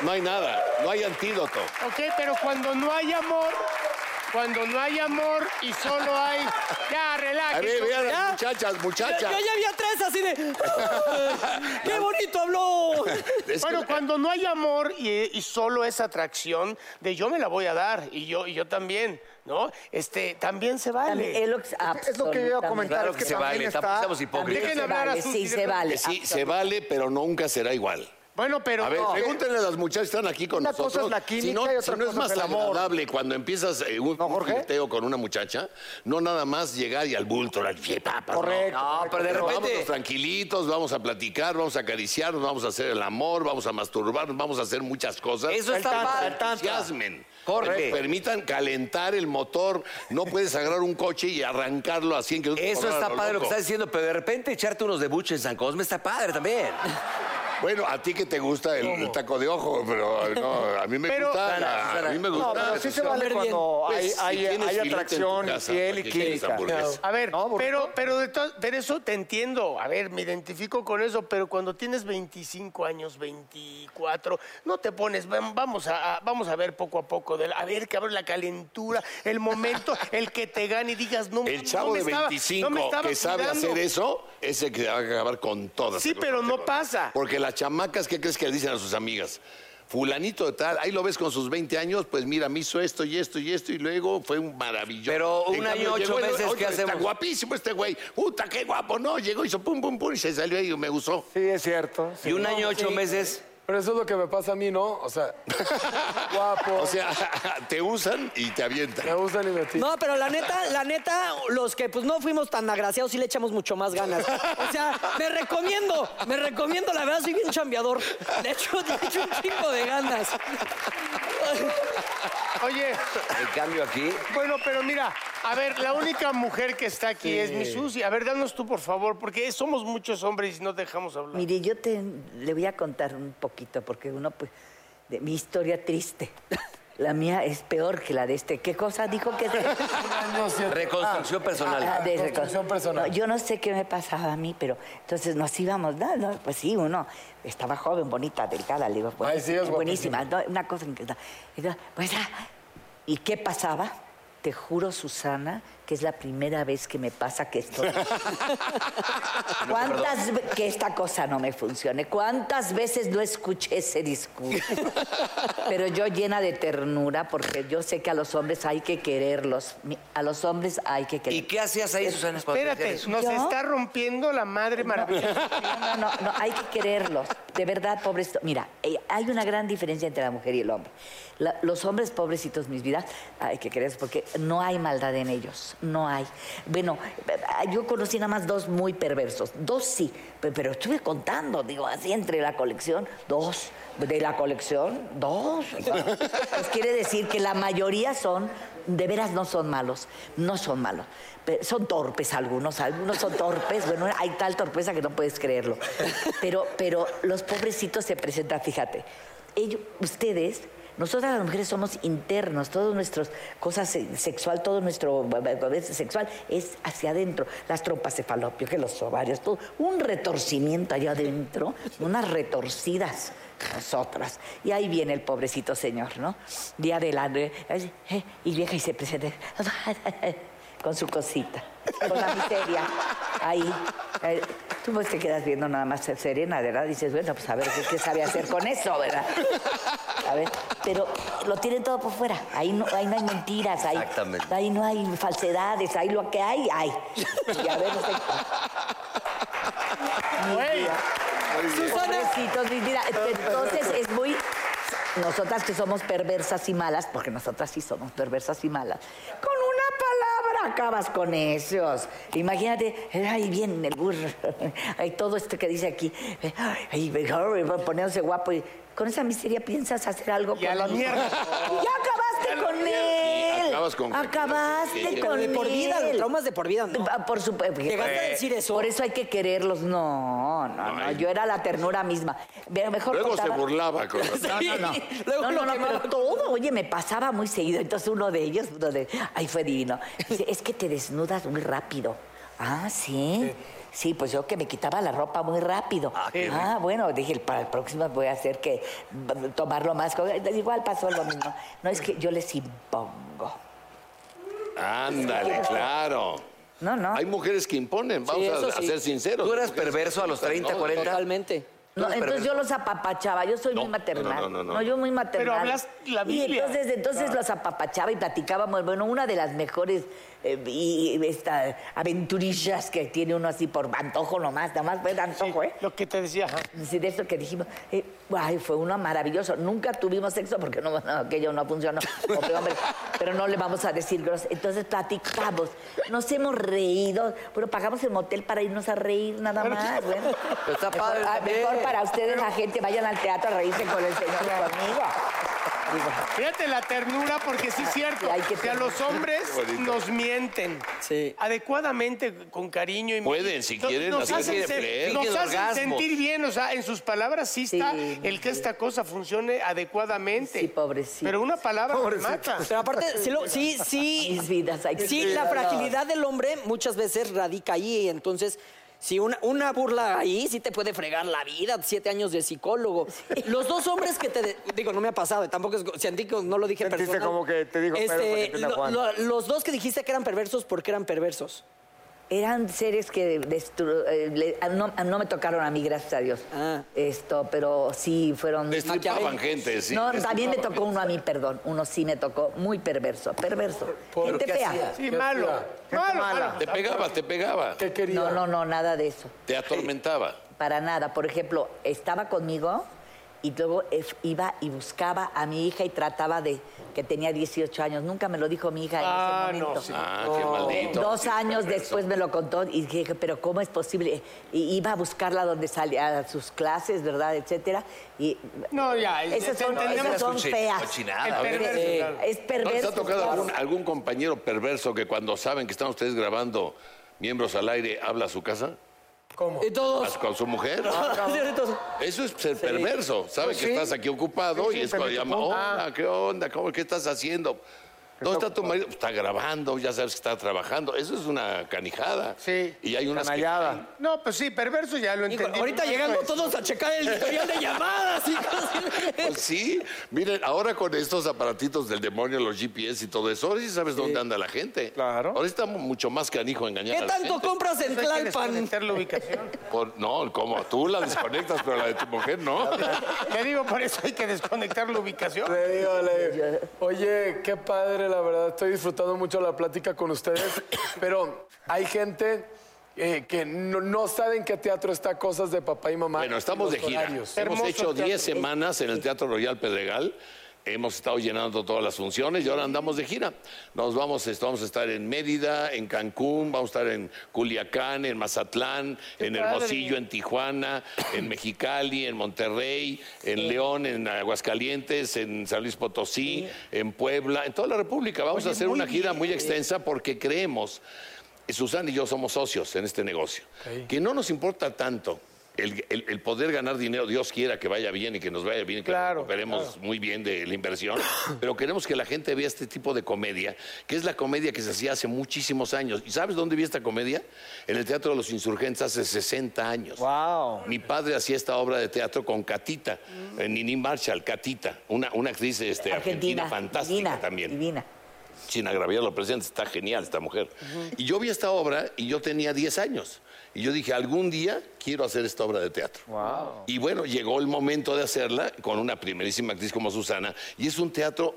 no hay nada. No hay antídoto.
Ok, pero cuando no hay amor, cuando no hay amor y solo hay. Ya, relax.
A ver, vean
Ya.
las muchachas, muchachas.
Yo- yo ya
había tres así
<laughs>
de. ¡Qué bonito habló!
Bueno, cuando no hay amor y, y solo es atracción de yo me la voy a dar y yo, y yo también, ¿no? Este, también se vale.
También, es lo que-
Es lo que yo iba a comentar,
Claro es que que se también vale, está- tampoco seamos hipócritas.
Dejen
Se
hablar
vale,
a Susi,
sí,
dejen-
se vale, Sí, se vale, pero nunca será igual.
Bueno, pero
A ver,
no.
pregúntenle a las muchachas que están aquí con
Una cosa
nosotros.
es la química
si no,
y otra
si no es
cosa
más
es el amor.
agradable cuando empiezas eh, un flirteo con una muchacha, no nada más llegar y al bulto, la papas,
Correcto,
No,
correcto,
pero de
correcto.
repente... Vámonos tranquilitos, vamos a platicar, vamos a acariciarnos, vamos a hacer el amor, vamos a masturbarnos, vamos a hacer muchas cosas.
Eso está
Pero
padre.
Entusiasmen.
Jorge.
Pero Permitan calentar el motor. No puedes agarrar un coche y arrancarlo a 100 kilómetros
Eso
por hora,
está padre lo que
loco.
estás diciendo, pero de repente echarte unos debuches en San Cosme está padre también.
Bueno, a ti que te gusta el, el taco de ojo, pero no, a mí me
Pero-
gusta.
Susana,
la-
Susana.
a mí me
No,
gusta.
pero
la
Pues sí se
sesión.
vale cuando hay-
Pues, si
hay-
tienes
hay
filete en tu
atracción y
casa,
piel y
¿para qué quieres
química?
hamburguesa?
A ver, pero, pero de to- pero eso te entiendo. A ver, me identifico con eso, pero cuando tienes 25 años, 24, no te pones, vam- vamos a, a- vamos a ver poco a poco, del- a ver, cabrón, la calentura,
<laughs>
el momento, el que te gane y digas, no,
El chavo de 25 que sabe hacer eso es el que va a acabar con todas.
Sí, pero no pasa.
Porque las chamacas, ¿qué crees que le dicen a sus amigas? Fulanito de tal, ahí lo ves con sus 20 años, pues mira, me hizo esto y esto y esto y luego fue un maravilloso. Pero
un año, ocho meses, ¿qué
Está
hacemos?
guapísimo este güey. Puta, qué guapo, ¿no? Llegó, hizo pum, pum, pum y se salió ahí y me gustó.
Sí, es cierto.
<gasps> Y un año, ocho <laughs> meses.
Pero eso es lo que me pasa a mí, ¿no? O sea, guapo.
O sea, <laughs> te usan y te avientan.
Me usan y me tiran.
No, pero la neta, la neta, los que pues no fuimos tan agraciados sí le echamos mucho más ganas. O sea, me recomiendo, me recomiendo, la verdad soy bien chambeador. Le echo, <laughs> le echo un chingo de ganas.
e-.
Oye,
En
<laughs>
cambio aquí,
<laughs> Bueno, pero mira, a ver, la única mujer que está aquí
Sí.
es mi Susi. A ver, danos tú, por favor, porque somos muchos hombres y no te dejamos hablar.
Mire, yo te, le voy a contar un poquito, porque uno, pues, de mi historia triste. <laughs> La mía es peor que la de este. ¿Qué cosa dijo que es?
reconstrucción personal.
Ah, de recon- No, yo no sé qué me pasaba a mí, pero entonces nos íbamos, no, no, pues sí, uno estaba joven, bonita, delgada, le digo, pues,
Ay, sí, es
buenísima, no, una cosa increíble. Y yo, pues, ah, ¿y qué pasaba? Te juro, Susana, que es la primera vez que me pasa que esto. ¿Cuántas ve- que esta cosa no me funcione? ¿Cuántas veces no escuché ese discurso? Pero yo llena de ternura porque yo sé que a los hombres hay que quererlos, mi- a los hombres hay que quererlos.
¿Y qué hacías ahí, Susana? cuando te
Espérate,
hacían
nos
eso?
está rompiendo la madre maravilla.
No, no, no, hay que quererlos. De verdad, pobrecitos. Mira, eh, hay una gran diferencia entre la mujer y el hombre. La- los hombres pobrecitos, mis vidas, hay que quererlos porque no hay maldad en ellos. No hay. Bueno, eh, yo conocí nada más dos muy perversos. Dos sí, pe- pero estuve contando, digo, así entre la colección, dos. De la colección, dos. Pues quiere decir que la mayoría son, de veras no son malos, no son malos. Pe- Son torpes algunos, algunos son torpes, bueno, hay tal torpeza que no puedes creerlo. Pero, pero los pobrecitos se presentan, fíjate, ellos, ustedes, nosotras las mujeres somos internos, todas nuestras cosas se- sexual, todo nuestro es sexual es hacia adentro, las trompas cefalopio, que los ovarios, todo, un retorcimiento allá adentro, unas retorcidas nosotras. Y ahí viene el pobrecito señor, ¿no? Día adelante, eh, eh, y vieja y se presenta con su cosita, con la miseria, ahí. Eh, Tú pues te quedas viendo nada más serena, ¿verdad? Dices, bueno, pues a ver qué, qué sabe hacer con eso, ¿verdad? ¿sabes? Pero lo tienen todo por fuera. Ahí no, ahí no hay mentiras, ahí,
Exactamente.
ahí no hay falsedades, ahí lo que hay, hay. Y a ver, no sé- Pobrecitos, mis vida. Entonces es muy. Nosotras que somos perversas y malas, porque nosotras sí somos perversas y malas, con una palabra acabas con esos. Imagínate, eh, ahí viene el burro, <laughs> hay todo esto que dice aquí, eh, ay, mejor, eh, poniéndose guapo, y con esa miseria piensas hacer algo con
la
él.
mierda.
Ya acabaste con él.
acabas con-
Acabaste
Sí,
con
de por vida,
él.
traumas de por vida, ¿no?
Ah, Por supuesto.
Llegaste a decir eso.
Por eso hay que quererlos. No, no, no. Yo era la ternura misma. Pero mejor
Luego se
contaba-
burlaba con
No, no, <laughs> no.
Luego
no, no,
lo
no,
quemaba.
pero todo, oye, me pasaba muy seguido. Entonces uno de ellos, uno de, ay, fue divino. Dice, es que te desnudas muy rápido. Ah, sí. Sí, pues yo que me quitaba la ropa muy rápido. Ah, bueno, dije, el- para el próximo voy a hacer que tomarlo más. con- Igual pasó lo mismo. No es que yo les impongo.
Ándale, claro.
No, no.
Hay mujeres que imponen, vamos
eso
a, a
sí.
ser sinceros.
¿Tú eras
Mujeres que
perverso a los
imponen,
30,
¿no?
40?
Totalmente.
No,
eres
entonces yo
perverso.
los apapachaba, yo soy
No,
muy maternal.
no, no, no, no.
yo muy maternal.
Pero hablas la
Y
Biblia.
entonces, entonces los apapachaba y platicábamos. Bueno, una de las mejores eh, y, y esta, aventurillas que tiene uno así por antojo nomás, nada más fue de antojo, ¿eh?
Lo que te decía. ajá.
Sí, de eso que dijimos, eh, ay, fue uno maravilloso. Nunca tuvimos sexo porque no, no, aquello no funcionó. O peor, hombre, pero no le vamos a decir gros. Entonces platicamos, nos hemos reído, pero pagamos el motel para irnos a reír nada más. Bueno,
Pero está
mejor,
padre
ah,
también.
mejor para ustedes la gente, vayan al teatro a reírse con el señor y conmigo.
Fíjate la ternura, porque sí es
Sí,
cierto.
hay que
que a los hombres nos mienten.
Sí.
Adecuadamente, con cariño y
Pueden, si
No-
quieren,
Nos
hacer
hacen,
que
ser-
fingen
nos
el
hacen
orgasmo.
sentir bien. O sea, en sus palabras sí está
Sí.
el que esta cosa funcione adecuadamente.
Sí, pobrecito.
Pero una palabra te mata.
Pero aparte, sí, lo- sí, sí,
Mis vidas, hay que
sí, la
cuidarlas.
fragilidad del hombre muchas veces radica ahí. Entonces, si una, una burla ahí, sí te puede fregar la vida, siete años de psicólogo. Los dos hombres que te... de- digo, no me ha pasado, tampoco es... Si antico, no lo dije
Sentiste
personal. Este,
como que te dijo, "Pero, ¿para qué te la
lo-
Juan?"
lo- Los dos que dijiste que eran perversos, porque eran perversos?
Eran seres que destru- eh, le- ah, no, ah, no me tocaron a mí, gracias a Dios.
Ah.
Esto, pero sí fueron.
Destripaban gente, sí.
no, también me tocó uno a mí, perdón. Uno sí me tocó, muy perverso, perverso. Gente
qué
fea.
hacías?
Sí, malo. Malo, malo.
Te pegaba, te pegaba,
¿Qué quería?
No, no, no, nada de eso.
te atormentaba.
Para nada. Por ejemplo, estaba conmigo y luego eh, iba y buscaba a mi hija y trataba de que tenía 18 años. Nunca me lo dijo mi hija en
Ah,
ese
no,
momento. Oh.
sí.
Ah, qué maldito.
Dos
Sí,
años
perverso.
después me lo contó y dije, pero ¿cómo es posible? Y iba a buscarla donde salía a sus clases, ¿verdad? Etcétera. Y
No, ya,
esas
te
son,
entendemos.
esas son
Es cochi-
feas.
cochinada,
Es
a ver.
perverso,
Sí.
claro. Es
¿No les
perverso.
ha tocado
claro.
algún, algún compañero perverso que cuando saben que están ustedes grabando miembros al aire habla a su casa?
¿Cómo? Ah,
Y todos...
¿Con su mujer?
Sí, todos-
Eso es ser perverso. Sabe
Pues
que estás aquí ocupado y es cuando llama,
Ah.
hola, ¿qué onda? ¿Cómo, ¿Qué estás haciendo? ¿Dónde está tu marido? Está grabando, ya sabes que está trabajando. Eso es una canijada.
Sí.
Y hay unas que...
Canallada.
No, pues sí, perverso ya lo
Hijo,
entendí.
ahorita llegando
Pues,
todos a checar el historial de llamadas y cosas.
<laughs> Pues sí, miren, ahora con estos aparatitos del demonio, los GPS y todo eso, ahora sí sabes dónde anda la gente.
Claro.
Ahora está mu- mucho más canijo engañar
¿Qué
a la
tanto
gente.
compras en
pues hay que
Tlalpan?
desconectar
<laughs>
la ubicación.
Por- no, como tú la desconectas, pero la de tu mujer
<laughs>
no.
Le digo, por eso hay que desconectar la ubicación.
Le digo, le digo, Oye, qué padre, la verdad. Estoy disfrutando mucho la plática con ustedes, <coughs> pero hay gente eh, que no, no sabe en qué teatro está Cosas de Papá y Mamá.
Bueno, estamos
y
de
los
gira.
horarios.
Hemos
Hermoso
hecho
teatro.
10 semanas en el Teatro Royal Pedregal. Hemos estado llenando todas las funciones y ahora andamos de gira. Nos vamos, este, vamos a estar en Mérida, en Cancún, vamos a estar en Culiacán, en Mazatlán, en Hermosillo, en Tijuana, en Mexicali, en Monterrey, en León, en Aguascalientes, en San Luis Potosí, en Puebla, en toda la República. Vamos a hacer una gira muy extensa porque creemos Susana y yo somos socios en este negocio. Que no nos importa tanto el, el- el poder ganar dinero, Dios quiera que vaya bien y que nos vaya bien y que
Claro,
nos recuperemos muy bien de
<coughs>
la inversión, pero queremos que la gente vea este tipo de comedia, que es la comedia que se hacía hace muchísimos años. ¿Y sabes dónde vi esta comedia? En el Teatro de los Insurgentes hace 60 años.
Wow.
Mi padre hacía esta obra de teatro con Catita, eh, Nini Marshall, Catita, una, una actriz este, argentina,
Argentina.
fantástica
divina,
también.
Divina.
sin agraviar lo presente, está genial esta mujer. Y yo vi esta obra y yo tenía 10 años. Y yo dije, algún día quiero hacer esta obra de teatro. Y bueno, llegó el momento de hacerla con una primerísima actriz como Susana. Y es un teatro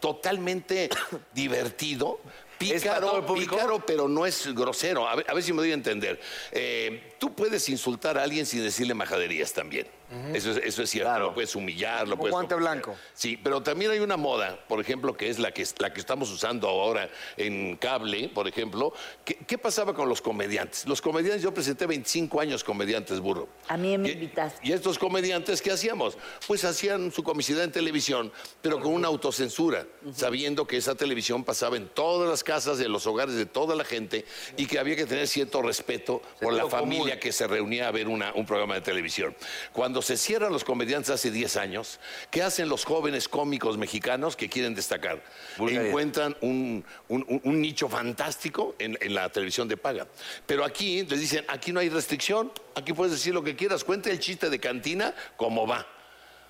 totalmente <coughs> divertido. Pícaro, pícaro, pero no es grosero. A ver, a ver si me doy a entender. Eh, tú puedes insultar a alguien sin decirle majaderías también.
Ujú.
eso, es, eso es cierto. Lo puedes humillar, lo
Un
puedes.
guante
blanco. Sí, pero también hay una moda, por ejemplo, que es la que, la que estamos usando ahora en cable, por ejemplo. ¿Qué, qué pasaba con los comediantes? Los comediantes, yo presenté 25 años comediantes, burro.
A mí me invitaste.
¿Y estos comediantes qué hacíamos? Pues hacían su comicidad en televisión, pero con una autocensura, sabiendo que esa televisión pasaba en todas las casas, en los hogares de toda la gente y que había que tener cierto respeto por la familia que se reunía a ver una- un programa de televisión. Cuando se cierran los comediantes hace 10 años, ¿qué hacen los jóvenes cómicos mexicanos que quieren destacar? Encuentran un, un- un- un nicho fantástico en, en la televisión de paga. Pero aquí les dicen, aquí no hay restricción, aquí puedes decir lo que quieras, cuenta el chiste de cantina como va.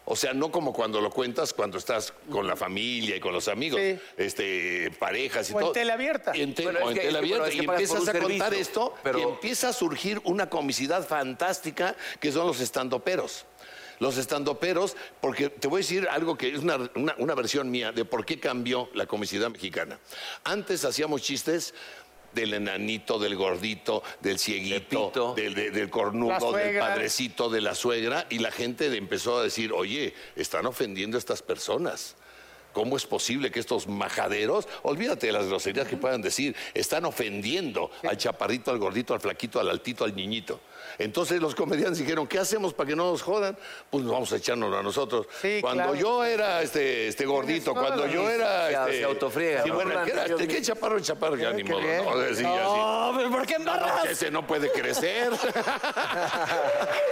O sea, no como cuando lo cuentas cuando estás con la familia y con los amigos, este, parejas y
O en
todo.
tela abierta.
En tel-
Bueno,
o
es
en
que-
tela
es que, bueno,
abierta.
es que
y
pagas por
empiezas
un
a contar
servicio,
esto y
pero-
empieza a surgir una comicidad fantástica que son los estandoperos. Los estandoperos, porque te voy a decir algo que es una, una- una versión mía de por qué cambió la comicidad mexicana. Antes hacíamos chistes del enanito, del gordito, del cieguito, del, de- del
La
cornudo, del
suegra.
padrecito, de la suegra, y la gente le empezó a decir, oye, están ofendiendo a estas personas. ¿Cómo es posible que estos majaderos, olvídate de las groserías que puedan decir, están ofendiendo al chaparrito, al gordito, al flaquito, al altito, al niñito? Entonces los comediantes dijeron, ¿qué hacemos para que no nos jodan? Pues nos vamos a echárnoslo a nosotros. cuando
claro.
yo era este, este gordito,
toda
cuando
la
yo
razón.
era...
Se-
este,
se autofriega,
sí,
¿no?
bueno, ¿qué, era? Este, ¿qué chaparro, chaparro? Ya ni modo.
bien.
No, así,
No,
así.
pero ¿por qué
embarras? ese no puede
<laughs>
crecer.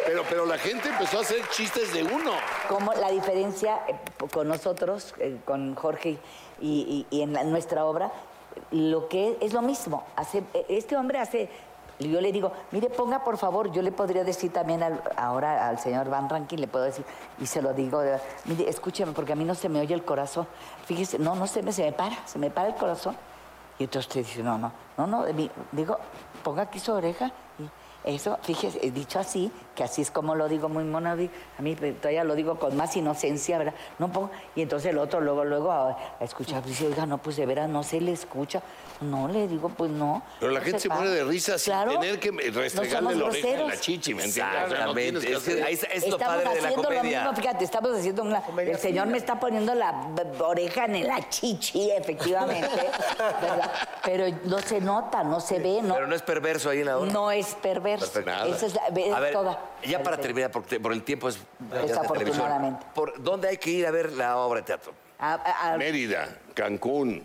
pero, pero la gente empezó a hacer chistes de uno.
Como la diferencia eh, p- con nosotros, eh, con Jorge y, y- y en la- nuestra obra, lo que es, es lo mismo. Hace, eh, este hombre hace, yo le digo, mire, ponga por favor, yo le podría decir también al- ahora al señor Van Rankin, le puedo decir, y se lo digo, de- mire, escúcheme, porque a mí no se me oye el corazón. Fíjese, no, no se me, se me para, se me para el corazón. Y entonces usted dice, no, no, no, no, de mí, digo, ponga aquí su oreja y eso, fíjese, eh, dicho así, que así es como lo digo muy mono, di- a mí eh, todavía lo digo con más inocencia, ¿verdad? No pongo, y entonces el otro luego, luego a, a escuchar, dice, oiga, no, pues de veras no se le escucha. No, le digo, pues no.
Pero la
no
gente se muere
para".
de risa sin
Claro,
tener que
no
restregarle
somos
la oreja en la
groseros.
chichi, ¿me entiendes?
Exactamente, es que ahí está- es lo
estamos
padre de la
haciendo lo
comedia.
mismo, fíjate, estamos haciendo una... El señor me está poniendo la b- b- oreja en la chichi, efectivamente, <laughs> ¿verdad? Pero no se nota, no se ve, no,
Pero no es perverso ahí en la obra.
no es perverso.
Perfecto. Nada.
Esa es, la- es
A ver,
toda.
Ya para terminar, porque te- por el tiempo es. ya es de
Desafortunadamente.
televisión. ¿Por dónde hay que ir a ver la obra de teatro?
A- a- a-
Mérida, Cancún,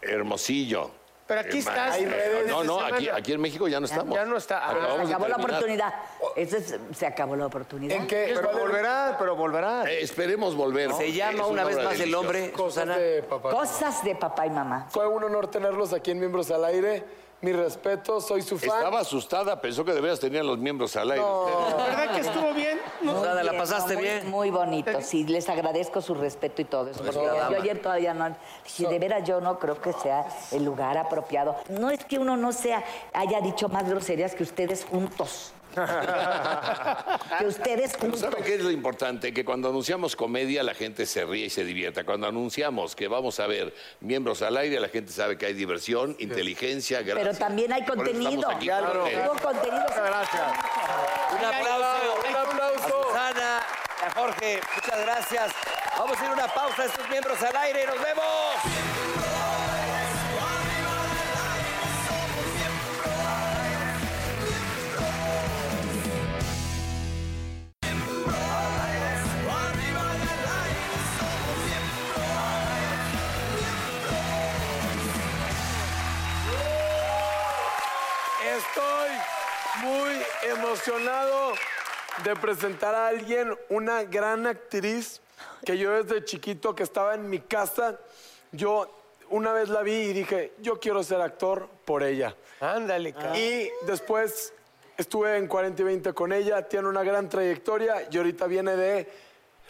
Hermosillo.
Pero aquí
Eh,
estás,
Mar-
redes
No,
de
no,
semana.
aquí, aquí en México ya no estamos.
Ya no está. Ah,
Acabamos
se
de
acabó la
terminar.
oportunidad. Esa es- se acabó la oportunidad.
¿En qué?
Pero
volverá, pero volverá.
Eh, esperemos volver.
Se
porque
llama
es
una vez
obra
más el
deliciosa.
hombre,
Cosas de papá.
Cosas de papá y mamá.
Fue un honor tenerlos aquí en Miembros al Aire. Mi respeto, soy su fan.
Estaba asustada, pensó que de veras tenían los miembros al aire.
¿Verdad que estuvo bien? No.
Muy
Susana, ¿la
bien,
pasaste
no, muy-
bien?
Muy bonito, sí, les agradezco su respeto y todo eso.
Pues
porque
una
yo
dama.
ayer todavía no. Si de veras yo no creo que sea el lugar apropiado. No es que uno no sea, haya dicho más groserías que ustedes juntos.
<laughs>
que ustedes
Pero
juntos.
¿sabe qué es lo importante? Que cuando anunciamos comedia la gente se ríe y se divierta. Cuando anunciamos que vamos a ver miembros al aire, la gente sabe que hay diversión, inteligencia, gracia.
Pero también hay
Por eso estamos
contenido.
aquí con ustedes.
Hubo contenido.
Gracias.
Un aplauso. Un aplauso. A Susana, a Jorge, muchas gracias. Vamos a ir a una pausa, estos miembros al aire, nos vemos.
Estoy muy emocionado de presentar a alguien, una gran actriz que yo desde chiquito que estaba en mi casa, yo una vez la vi y dije, yo quiero ser actor por ella.
Ándale, cabrón.
Y después estuve en 40 y 20 con ella, tiene una gran trayectoria y ahorita viene de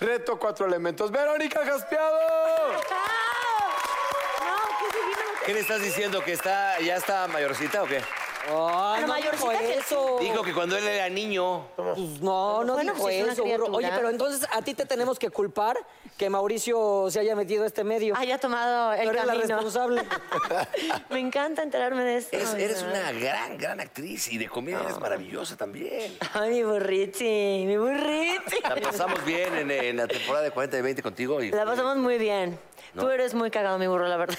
Reto Cuatro Elementos. ¡Verónica Gaspiado!
No, qué divino lo
¿Qué le estás diciendo? ¿Que está, ya está mayorcita o qué?
Ay,
Ah,
Pero
no
mayorcita
dijo
que el
eso.
Dijo que cuando él era niño.
Pues no, no
Bueno,
dijo
pues es una
eso, burro.
criatura.
Oye, pero entonces a ti te tenemos que culpar que Mauricio se haya metido a este medio.
Haya tomado el
Tú eres la
camino.
responsable.
<laughs> Me encanta enterarme de esto.
Eres, eres
¿no?
una gran, gran actriz y de comedia
Ah.
eres maravillosa también.
Ay, mi burriti, mi burriti.
La pasamos bien en, en la temporada de 40 y 20 contigo. Y,
La pasamos muy bien.
No.
Tú eres muy cagado, mi burro, la verdad.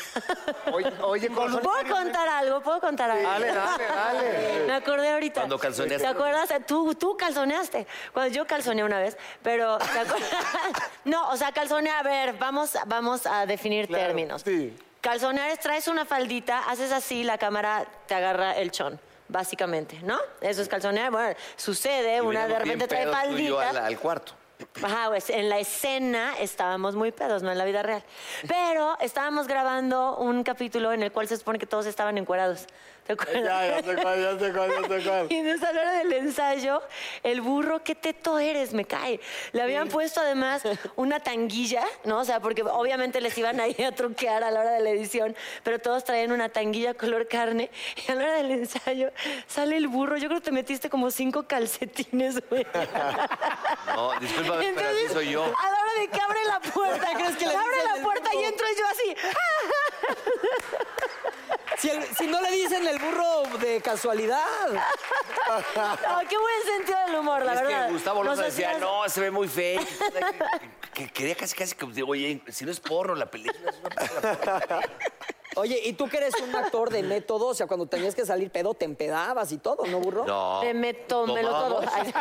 Oye, oye corazón,
¿Puedo contar algo? ¿Puedo contar algo?
Dale, dale, dale.
Me acordé ahorita.
Cuando calzoneaste.
¿Te acuerdas? Eh, Tú, tú calzoneaste. Cuando yo calzoneé una vez, pero... ¿te acuerdas? <laughs> no, o sea, calzonear, a ver, vamos, vamos a definir términos. Calzonear es traes una faldita, haces así, la cámara te agarra el chon. Básicamente, ¿no? Eso es calzonear. Bueno, sucede,
y
una de
veníamos bien
repente trae
pedos tú y yo
faldita.
al, al cuarto.
Ajá, pues en la escena estábamos muy pedos, no en la vida real. Pero estábamos grabando un capítulo en el cual se supone que todos estaban encuerados. ¿Te acuerdas?
ya sé cuál, ya sé
Y entonces a la hora del ensayo, el burro, qué teto eres, me cae. Le habían puesto además una tanguilla, ¿no? O sea, porque obviamente les iban ahí a truquear a la hora de la edición, pero todos traían una tanguilla color carne. Y a la hora del ensayo sale el burro. Yo creo que te metiste como cinco calcetines, güey.
No, discúlpame, pero así soy yo.
A la hora de que abre la puerta,
¿Crees que le
abre
dicen
la
el
puerta y
burro?
entro yo así.
Si, el- si no le dicen el burro de casualidad.
No, qué buen sentido del humor, la
es
verdad.
que Gustavo Loza
Nos
decía,
hacías-
no, se ve muy feo. <laughs> Que, que quería casi, casi que, oye, si no es porno la película, es una película porno".
Oye, y tú que eres un actor de método, o sea, cuando tenías que salir pedo, te empedabas y todo, ¿no, burro?
No.
Te meto, me lo todo.
Tomábamos.
Ay.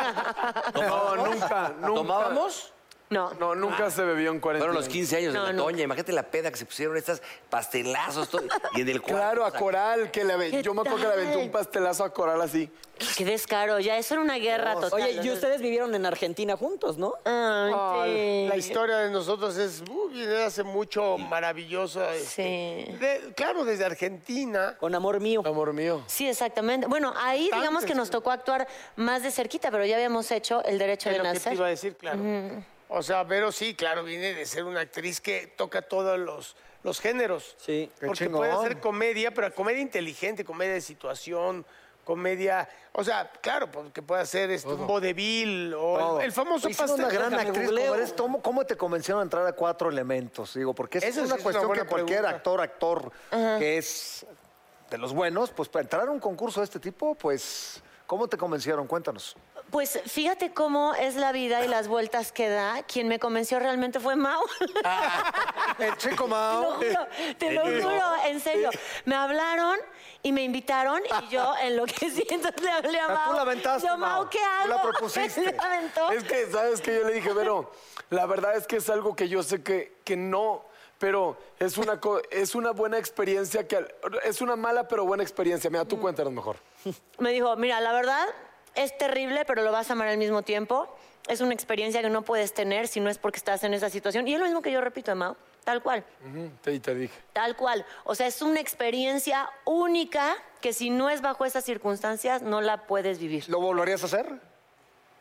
No, nunca, nunca.
¿Tomábamos? Ah.
No,
No, nunca se bebió en 40.
Fueron los 15 años
No,
de la
nunca.
Toña. Imagínate la peda que se pusieron estas pastelazos. todo, y en el cuarto.
Claro, a Coral, que le
¿Qué
aven- yo me acuerdo que le aventó
tal?
un pastelazo a Coral así.
Qué descaro, ya eso era una guerra total.
Oye, y ustedes vivieron en Argentina juntos, ¿no?
Ay,
La
sí.
historia de nosotros es uh, viene de hace mucho maravilloso. este,
Sí.
de- claro, desde Argentina.
Con amor mío.
Amor mío.
Sí, exactamente. Bueno, ahí digamos que nos tocó actuar más de cerquita, pero ya habíamos hecho el derecho
Es
de
lo que te iba
nacer.
a decir, claro. O sea, Vero sí, claro, viene de ser una actriz que toca todos los, los géneros.
Sí. Qué
Porque
chingón.
puede hacer comedia, pero comedia inteligente, comedia de situación, comedia... O sea, claro, porque puede hacer este, un vodevil o el, el famoso
Oye, siendo una
pastel-
gran
Déjame
actriz
googleo.
como eres, ¿cómo, cómo te convencieron a entrar a cuatro elementos? Digo, porque esa
Esa
es
sí
una
es una
cuestión
buena
que cualquier
pregunta.
actor, actor que es de los buenos, pues para entrar a un concurso de este tipo, pues, ¿cómo te convencieron? Cuéntanos.
Pues fíjate cómo es la vida y las vueltas que da. Quien me convenció realmente fue Mau.
<laughs>
<laughs>
El
Te
chico
lo
Mao.
juro, te lo juro,
"Oh,
en serio. Me hablaron y me invitaron y
<laughs>
yo en lo que siento le hablé a
Ah,
Mau.
tú la aventaste,
Yo,
Mau.
Mau, ¿qué
Tú la
hago? <laughs>
propusiste.
Le aventó.
Es que, ¿sabes qué? Yo le dije, Vero, la verdad es que es algo que yo sé que, que no, pero es una, co- es una buena experiencia que... al- Es una mala pero buena experiencia. Mira,
Mm.
tú cuéntanos mejor.
Me dijo, mira, la verdad es terrible, pero lo vas a amar al mismo tiempo. Es una experiencia que no puedes tener si no es porque estás en esa situación. Y es lo mismo que yo repito, de Mau, tal cual.
Ujú, Te, te dije.
Tal cual. O sea, es una experiencia única que si no es bajo esas circunstancias, no la puedes vivir.
¿Lo volverías a hacer?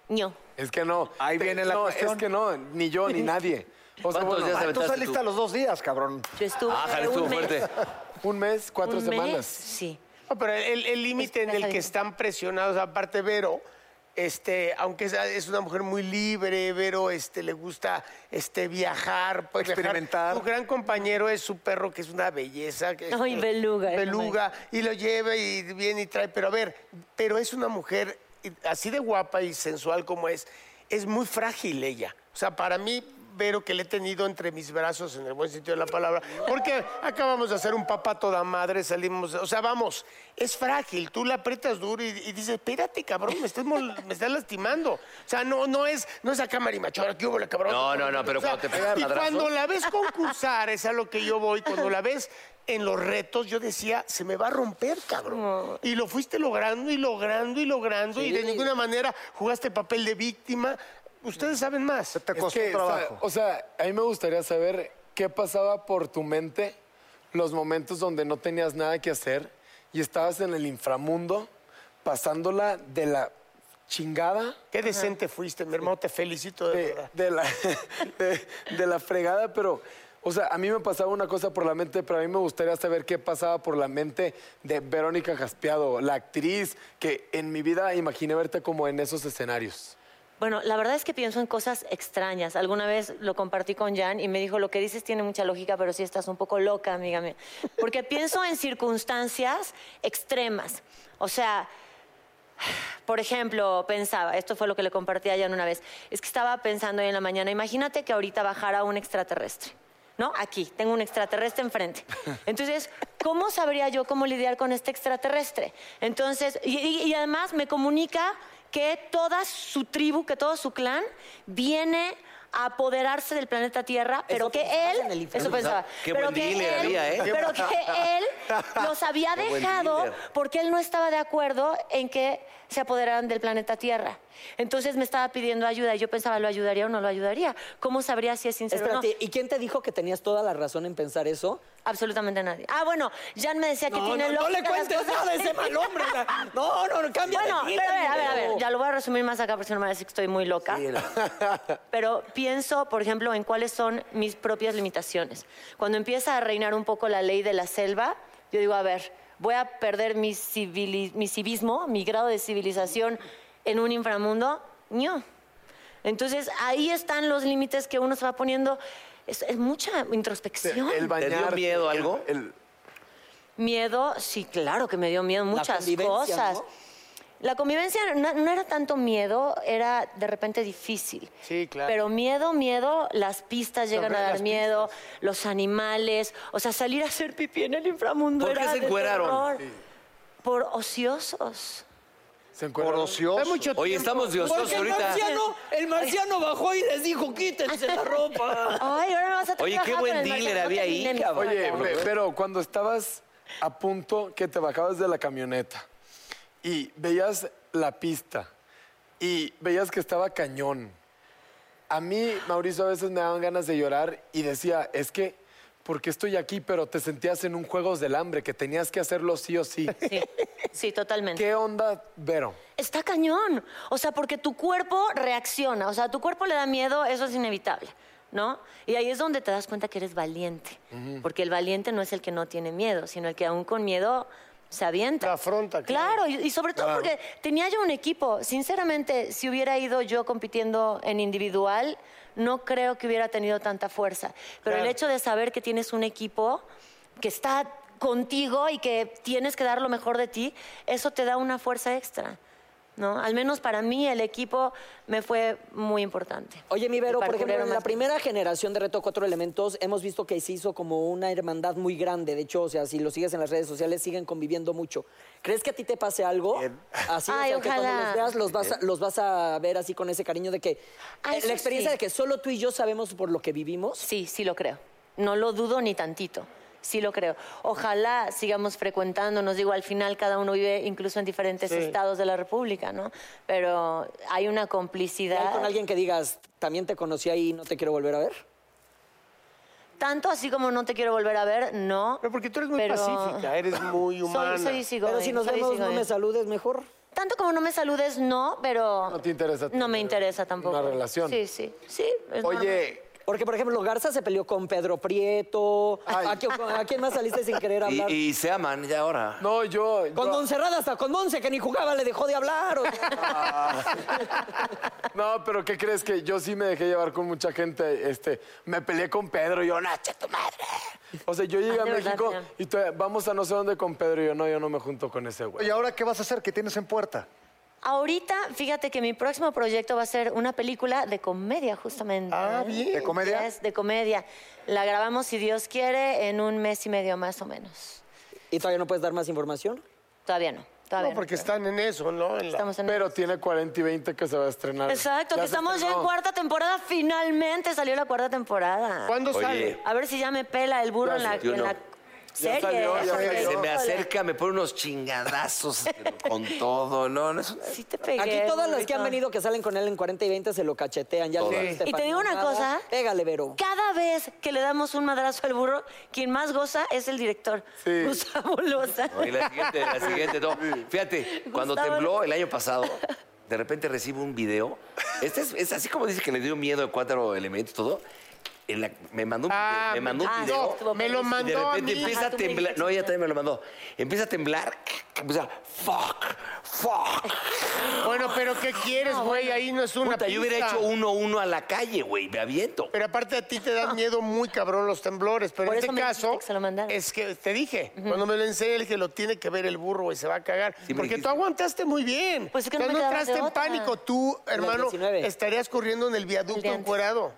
No.
Es que no.
Ahí
Te-
viene la
no,
cuestión.
es que no, ni yo,
<laughs>
ni <laughs> nadie. O sea,
¿Cuántos
bueno,
días
Ah, tú
aventaste
saliste
tú?
a los dos días, cabrón.
Yo estuve
Ah,
Ájale,
un
Ah, estuvo
mes.
fuerte.
un mes, cuatro
un mes,
semanas.
Sí.
No, pero el- el límite en el que están presionados, aparte Vero, este, aunque es, es una mujer muy libre, Vero este, le gusta este, viajar, pues, viajar.
Experimentar.
Su gran compañero es su perro, que es una belleza. que es-
Ay, beluga, es lo
Beluga, y lo lleva y viene y trae. Pero a ver, pero es una mujer y- así de guapa y sensual como es, es muy frágil ella. O sea, para mí, Vero, que le he tenido entre mis brazos, en el buen sentido de la palabra, porque acabamos de hacer un papá toda madre, salimos, o sea, vamos, es frágil, tú la aprietas duro y, y dices, espérate, cabrón, me estás, mol- me estás lastimando. O sea, no, no es, no es acá marimachora, ¿qué hubo, la cabrón?
No, no, no, pero cuando te pega el
Y
madrazo-
cuando la ves concursar, es a lo que yo voy, cuando la ves en los retos, yo decía, se me va a romper, cabrón. Y lo fuiste logrando y logrando y logrando, y de ninguna manera jugaste papel de víctima. Ustedes saben más.
Te
Es
costó
que,
trabajo.
sa- O sea, a mí me gustaría saber qué pasaba por tu mente los momentos donde no tenías nada que hacer y estabas en el inframundo pasándola de la chingada,
Qué decente fuiste, mi hermano, te felicito
<laughs>
de
de,
verdad.
de la, de- de la fregada, pero O sea, a mí me pasaba una cosa por la mente, pero a mí me gustaría saber qué pasaba por la mente de Verónica Jaspiado, la actriz que en mi vida imaginé verte como en esos escenarios.
Bueno, la verdad es que pienso en cosas extrañas. Alguna vez lo compartí con Jan y me dijo, lo que dices tiene mucha lógica, pero sí estás un poco loca, amiga mía. Porque pienso en circunstancias extremas. O sea, por ejemplo, pensaba, esto fue lo que le compartí a Jan una vez, es que estaba pensando hoy en la mañana, imagínate que ahorita bajara un extraterrestre. ¿No? Aquí, tengo un extraterrestre enfrente. Entonces, ¿cómo sabría yo cómo lidiar con este extraterrestre? Entonces, y- y- y además me comunica que toda su tribu, que todo su clan viene a apoderarse del planeta Tierra, pero que él, eso pensaba,
Qué
pero
buen
que
dealer
él,
había, ¿eh?
pero que él los había
<laughs> Qué buen
dejado
dealer.
porque él no estaba de acuerdo en que se apoderaran del planeta Tierra. Entonces me estaba pidiendo ayuda y yo pensaba, ¿lo ayudaría o no lo ayudaría? ¿Cómo sabría si es sincero o no?
Espérate, ¿y quién te dijo que tenías toda la razón en pensar eso?
Absolutamente nadie. Ah, bueno, Jan me decía que
No,
tiene
no, no
lógica
le cuentes
las cosas.
nada
<laughs>
a ese mal hombre, la- no, no, no, cambia de
Bueno,
vida,
pero a ver, a ver, a
video.
ver, ya lo voy a resumir más acá porque si no me va a decir que estoy muy loca. <laughs> pero pienso, por ejemplo, en cuáles son mis propias limitaciones. Cuando empieza a reinar un poco la ley de la selva, yo digo, a ver, voy a perder mi, civili- mi civismo, mi grado de civilización en un inframundo. No. Entonces, ahí están los límites que uno se va poniendo. Es, es mucha introspección.
miedo algo?
Miedo, sí, claro que me dio miedo muchas
convivencia,
cosas.
¿no?
La convivencia no, no era tanto miedo, era de repente difícil.
Sí, claro.
Pero miedo, miedo, las pistas llegan
Sobre
a dar
las
miedo, los animales, o sea, salir a hacer pipí en el inframundo.
¿Por qué
era
se
de
encueraron?
terror. Por ociosos.
Por
ocioso.
Oye, estamos de ociosos
Porque el
ahorita.
marciano, el marciano bajó y les dijo, quítense la ropa.
Ay, ahora me vas a
Oye, qué buen dealer había ahí, cabrón.
Oye, pe- pero cuando estabas a punto que te bajabas de la camioneta y veías la pista y veías que estaba cañón, a mí, Mauricio, a veces me daban ganas de llorar y decía, es que, ¿por qué estoy aquí? Pero te sentías en un juego del hambre, que tenías que hacerlo sí o
<laughs>
sí.
Sí, sí, totalmente.
¿Qué onda, Vero?
Está cañón. O sea, porque tu cuerpo reacciona. O sea, tu cuerpo le da miedo, eso es inevitable, ¿no? Y ahí es donde te das cuenta que eres valiente. Porque el valiente no es el que no tiene miedo, sino el que aún con miedo se avienta. La afronta. Claro, y, y sobre todo
Claro.
porque tenía yo un equipo. Sinceramente, si hubiera ido yo compitiendo en individual, no creo que hubiera tenido tanta fuerza. Pero el
Claro.
hecho de saber que tienes un equipo que está contigo y que tienes que dar lo mejor de ti, eso te da una fuerza extra. ¿no? Al menos para mí el equipo me fue muy importante.
Oye, mi Vero,
El
por ejemplo,
parkourero
en la
más-
primera generación de Reto Cuatro Elementos hemos visto que se hizo como una hermandad muy grande. De hecho, o sea, si lo sigues en las redes sociales, siguen conviviendo mucho. ¿Crees que a ti te pase algo? Así, o
Ay,
sea, que cuando
ojalá.
los veas, los vas, a, los vas a ver así con ese cariño de que...
Ah,
eh,
eso
la experiencia
sí.
de que solo tú y yo sabemos por lo que vivimos.
Sí, sí lo creo. No lo dudo ni tantito. Sí lo creo. Ojalá sigamos frecuentándonos. Digo, al final cada uno vive incluso en diferentes
Sí.
estados de la República, ¿no? Pero hay una
¿Y hay
complicidad.
con alguien que digas, también te conocí ahí y no te quiero volver a ver?
Tanto así como no te quiero volver a ver, no. Pero porque tú eres muy
pacífica, eres muy humana.
Soy, soy
Pero si nos vemos, no me saludes mejor.
Tanto como no me saludes, no, pero... No
te interesa.
No me interesa tampoco.
una relación.
Sí, sí. Sí. es normal.
Porque, por ejemplo, Garza se peleó con Pedro Prieto. ¿A, quién, a quién más saliste sin querer hablar?
Y, y se aman ya ahora.
No, yo...
Con Monserrat hasta con Monse, que ni jugaba, le dejó de hablar. o sea.
No, pero ¿qué crees que yo sí me dejé llevar con mucha gente? Este, me peleé con Pedro y yo, Nacha, tu madre. O sea, yo llegué
Ah,
a
de verdad,
México
ya.
y todavía, vamos a no sé dónde con Pedro y yo, no, yo no me junto con ese güey.
¿Y ahora qué vas a hacer? ¿Qué tienes en puerta?
Ahorita, fíjate que mi próximo proyecto va a ser una película de comedia, justamente. Ah, bien.
¿De comedia?
Es de comedia. La grabamos, si Dios quiere, en un mes y medio más o menos.
¿Y todavía no puedes dar más información?
Todavía no. Todavía
No, porque están en eso, ¿no?
Estamos en
Pero tiene 40 y 20 que se va a estrenar.
Exacto, que
se
estamos ya en
estrenó.
cuarta temporada. Finalmente salió la cuarta temporada.
¿Cuándo Oye. sale?
A ver si ya me pela el burro en la,
Gracias. Yo
en la
no.
serie. porque-
Se me
Híjole.
acerca, me pone
<laughs>
unos chingadazos pero con todo, ¿no? no es-
Aquí todas las que
burrito.
han venido que salen con él en 40 y 20 se lo cachetean. Ya lo
Todas.
dijo
Sí.
Y te digo una
Estefanía Nava.
cosa.
Pégale, Vero.
Cada vez que le damos un madrazo al burro, quien más goza es el director, Gustavo Loza.
No, y la siguiente, la siguiente, no. Fíjate, cuando
Gustavo-
tembló el año pasado, de repente recibo un video. Este es, es así como dice que le dio miedo a cuatro elementos y todo. en la- me mandó un,
Ah,
video- me mandó un
ah,
video.
no, me lo
y
mandó
De
a
repente
mí.
empieza
Ah,
a
tú me
temblar.
dijiste.
No, ella también me lo mandó. Empieza a temblar. O sea, fuck, fuck.
Bueno, pero ¿qué quieres, güey? Ahí no es una
Puta, yo hubiera
pista.
hecho uno uno a la calle, güey. Me aviento.
Pero aparte a ti te dan miedo muy cabrón los temblores. Pero
Por
en
eso
este
me
caso, es que te dije, cuando me lo enseñé, le dije, lo tiene que ver el burro, güey, se va a cagar. Porque tú aguantaste muy bien. Pues
que no me
no
quedaba
entraste
de
en
otra.
pánico. Tú,
En el
hermano,
19.
estarías corriendo en el viaducto
antes.
encuerado.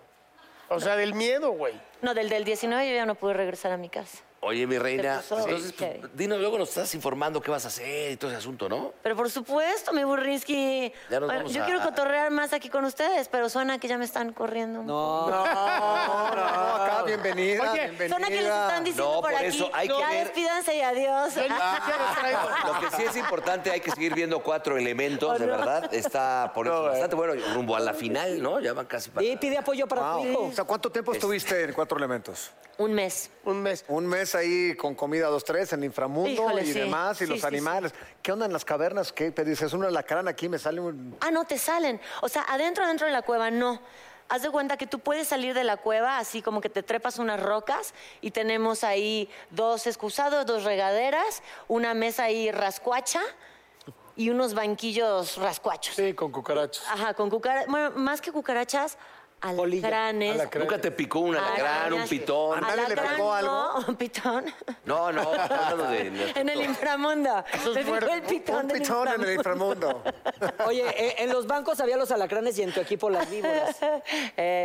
O sea, del miedo, güey.
No, del, del 19 yo ya no pude regresar a mi casa.
Oye, mi reina,
puso
entonces,
heavy.
pues, dinos, luego nos estás informando qué vas a hacer y todo ese asunto, ¿no?
Pero por supuesto, mi burrinsky.
Ya nos
Bueno,
vamos
yo
a-
quiero cotorrear más aquí con ustedes, pero suena que ya me están corriendo. No,
Ah.
acá, bienvenida.
Oye,
bienvenida.
suena que les están diciendo
No,
por,
por
aquí.
eso hay que
ya
ver-
despídanse y adiós. <laughs>
Lo que sí es importante, hay que seguir viendo cuatro elementos, de verdad. Está poniendo bastante bueno, rumbo a la final, ¿no? Ya van casi para.
Y pide apoyo para
Wow.
tu hijo.
O sea, ¿cuánto tiempo estuviste en Cuatro Elementos?
Un mes.
Un mes.
Un mes ahí con comida dos, tres, en inframundo
Híjole,
y
sí.
demás, y
Sí,
los
sí,
animales. ¿Qué onda en las cavernas? ¿Qué te dices? Un alacrán aquí, me sale un...
Ah, no, te salen. O sea, adentro, adentro de la cueva, no. Haz de cuenta que tú puedes salir de la cueva así como que te trepas unas rocas y tenemos ahí dos excusados, dos regaderas, una mesa ahí rascuacha y unos banquillos rascuachos.
Sí, con
<laughs>
cucarachos.
Ajá, con cucarachas. Bueno, más que cucarachas, alacranes.
Nunca te picó un alacrán, un
arañas.
pitón.
Alacrán, No, un pitón. <laughs>
No, no, estoy hablando de-
en el inframundo.
es
Me picó
fuerte.
el pitón.
Un
del
pitón en el
inframundo.
Oye, eh, en los bancos había los alacranes y en tu equipo las
<laughs>
víboras.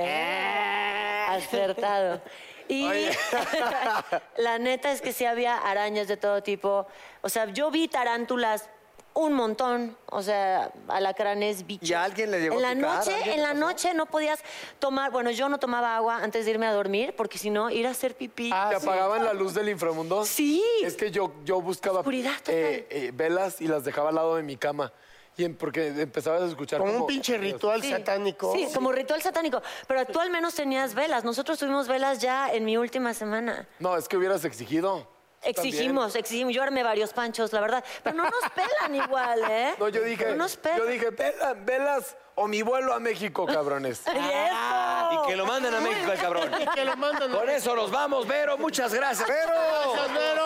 Eh, acertado. Y <laughs> la neta es que sí había arañas de todo tipo. O sea, yo vi tarántulas un montón, o sea, alacranes, bichos. ¿Y a alguien
le llegó
En
a
la
picar?
noche,
¿Alguien
en
le
la noche no podías tomar, bueno, yo no tomaba agua antes de irme a dormir, porque si no, ir a hacer pipí.
Ah,
¿Te apagaban la luz del inframundo?
ah, Sí.
Es que yo, yo buscaba eh, eh, velas y las dejaba al lado de mi cama. Y en- porque empezabas a escuchar.
Como un pinche ritual
Sí.
satánico.
Sí, como ritual satánico. Pero tú al menos tenías velas. Nosotros tuvimos velas ya en mi última semana.
No, es que hubieras exigido.
Exigimos, exigimos. Yo armé varios panchos, la verdad. Pero no nos pelan igual, ¿eh?
<laughs> No, yo dije.
No nos pelan.
Yo dije, "Vela- velas o mi vuelo a México,
<laughs>
cabrones.
Y que lo manden a México, el cabrón.
Y que lo mandan a
Con eso nos vamos, Vero. Muchas gracias.
Gracias, Vero.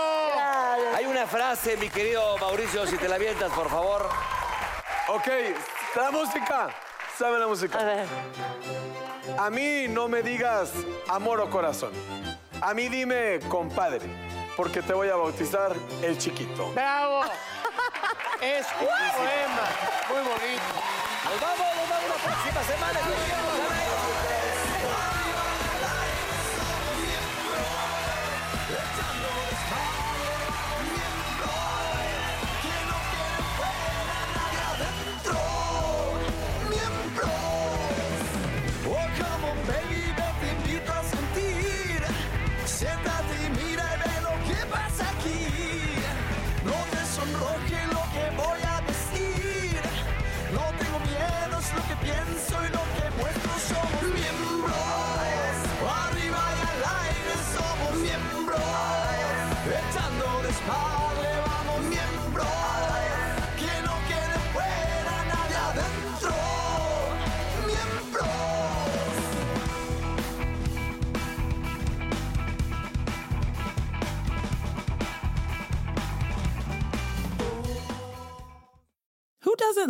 Hay una frase, mi querido Mauricio, si te la avientas, por favor.
Ok, la música. Sabe la música. A
ver.
A mí no me digas amor o corazón. A mí dime compadre, porque te voy a bautizar el chiquito.
¡Bravo! <laughs> Es un poema muy bonito.
Nos vamos, nos vamos la próxima semana.
Oh, come on, baby, yo te invito a sentir. Siéntate y mira y ve lo que pasa aquí. No te sonroje lo que voy a decir. No tengo miedo, es lo que pienso y lo que muestro. Somos miembros. Arriba y al aire somos miembros. Echando desmadre vamos miembros. Que no quede fuera nadie adentro. Miembros.
Who doesn't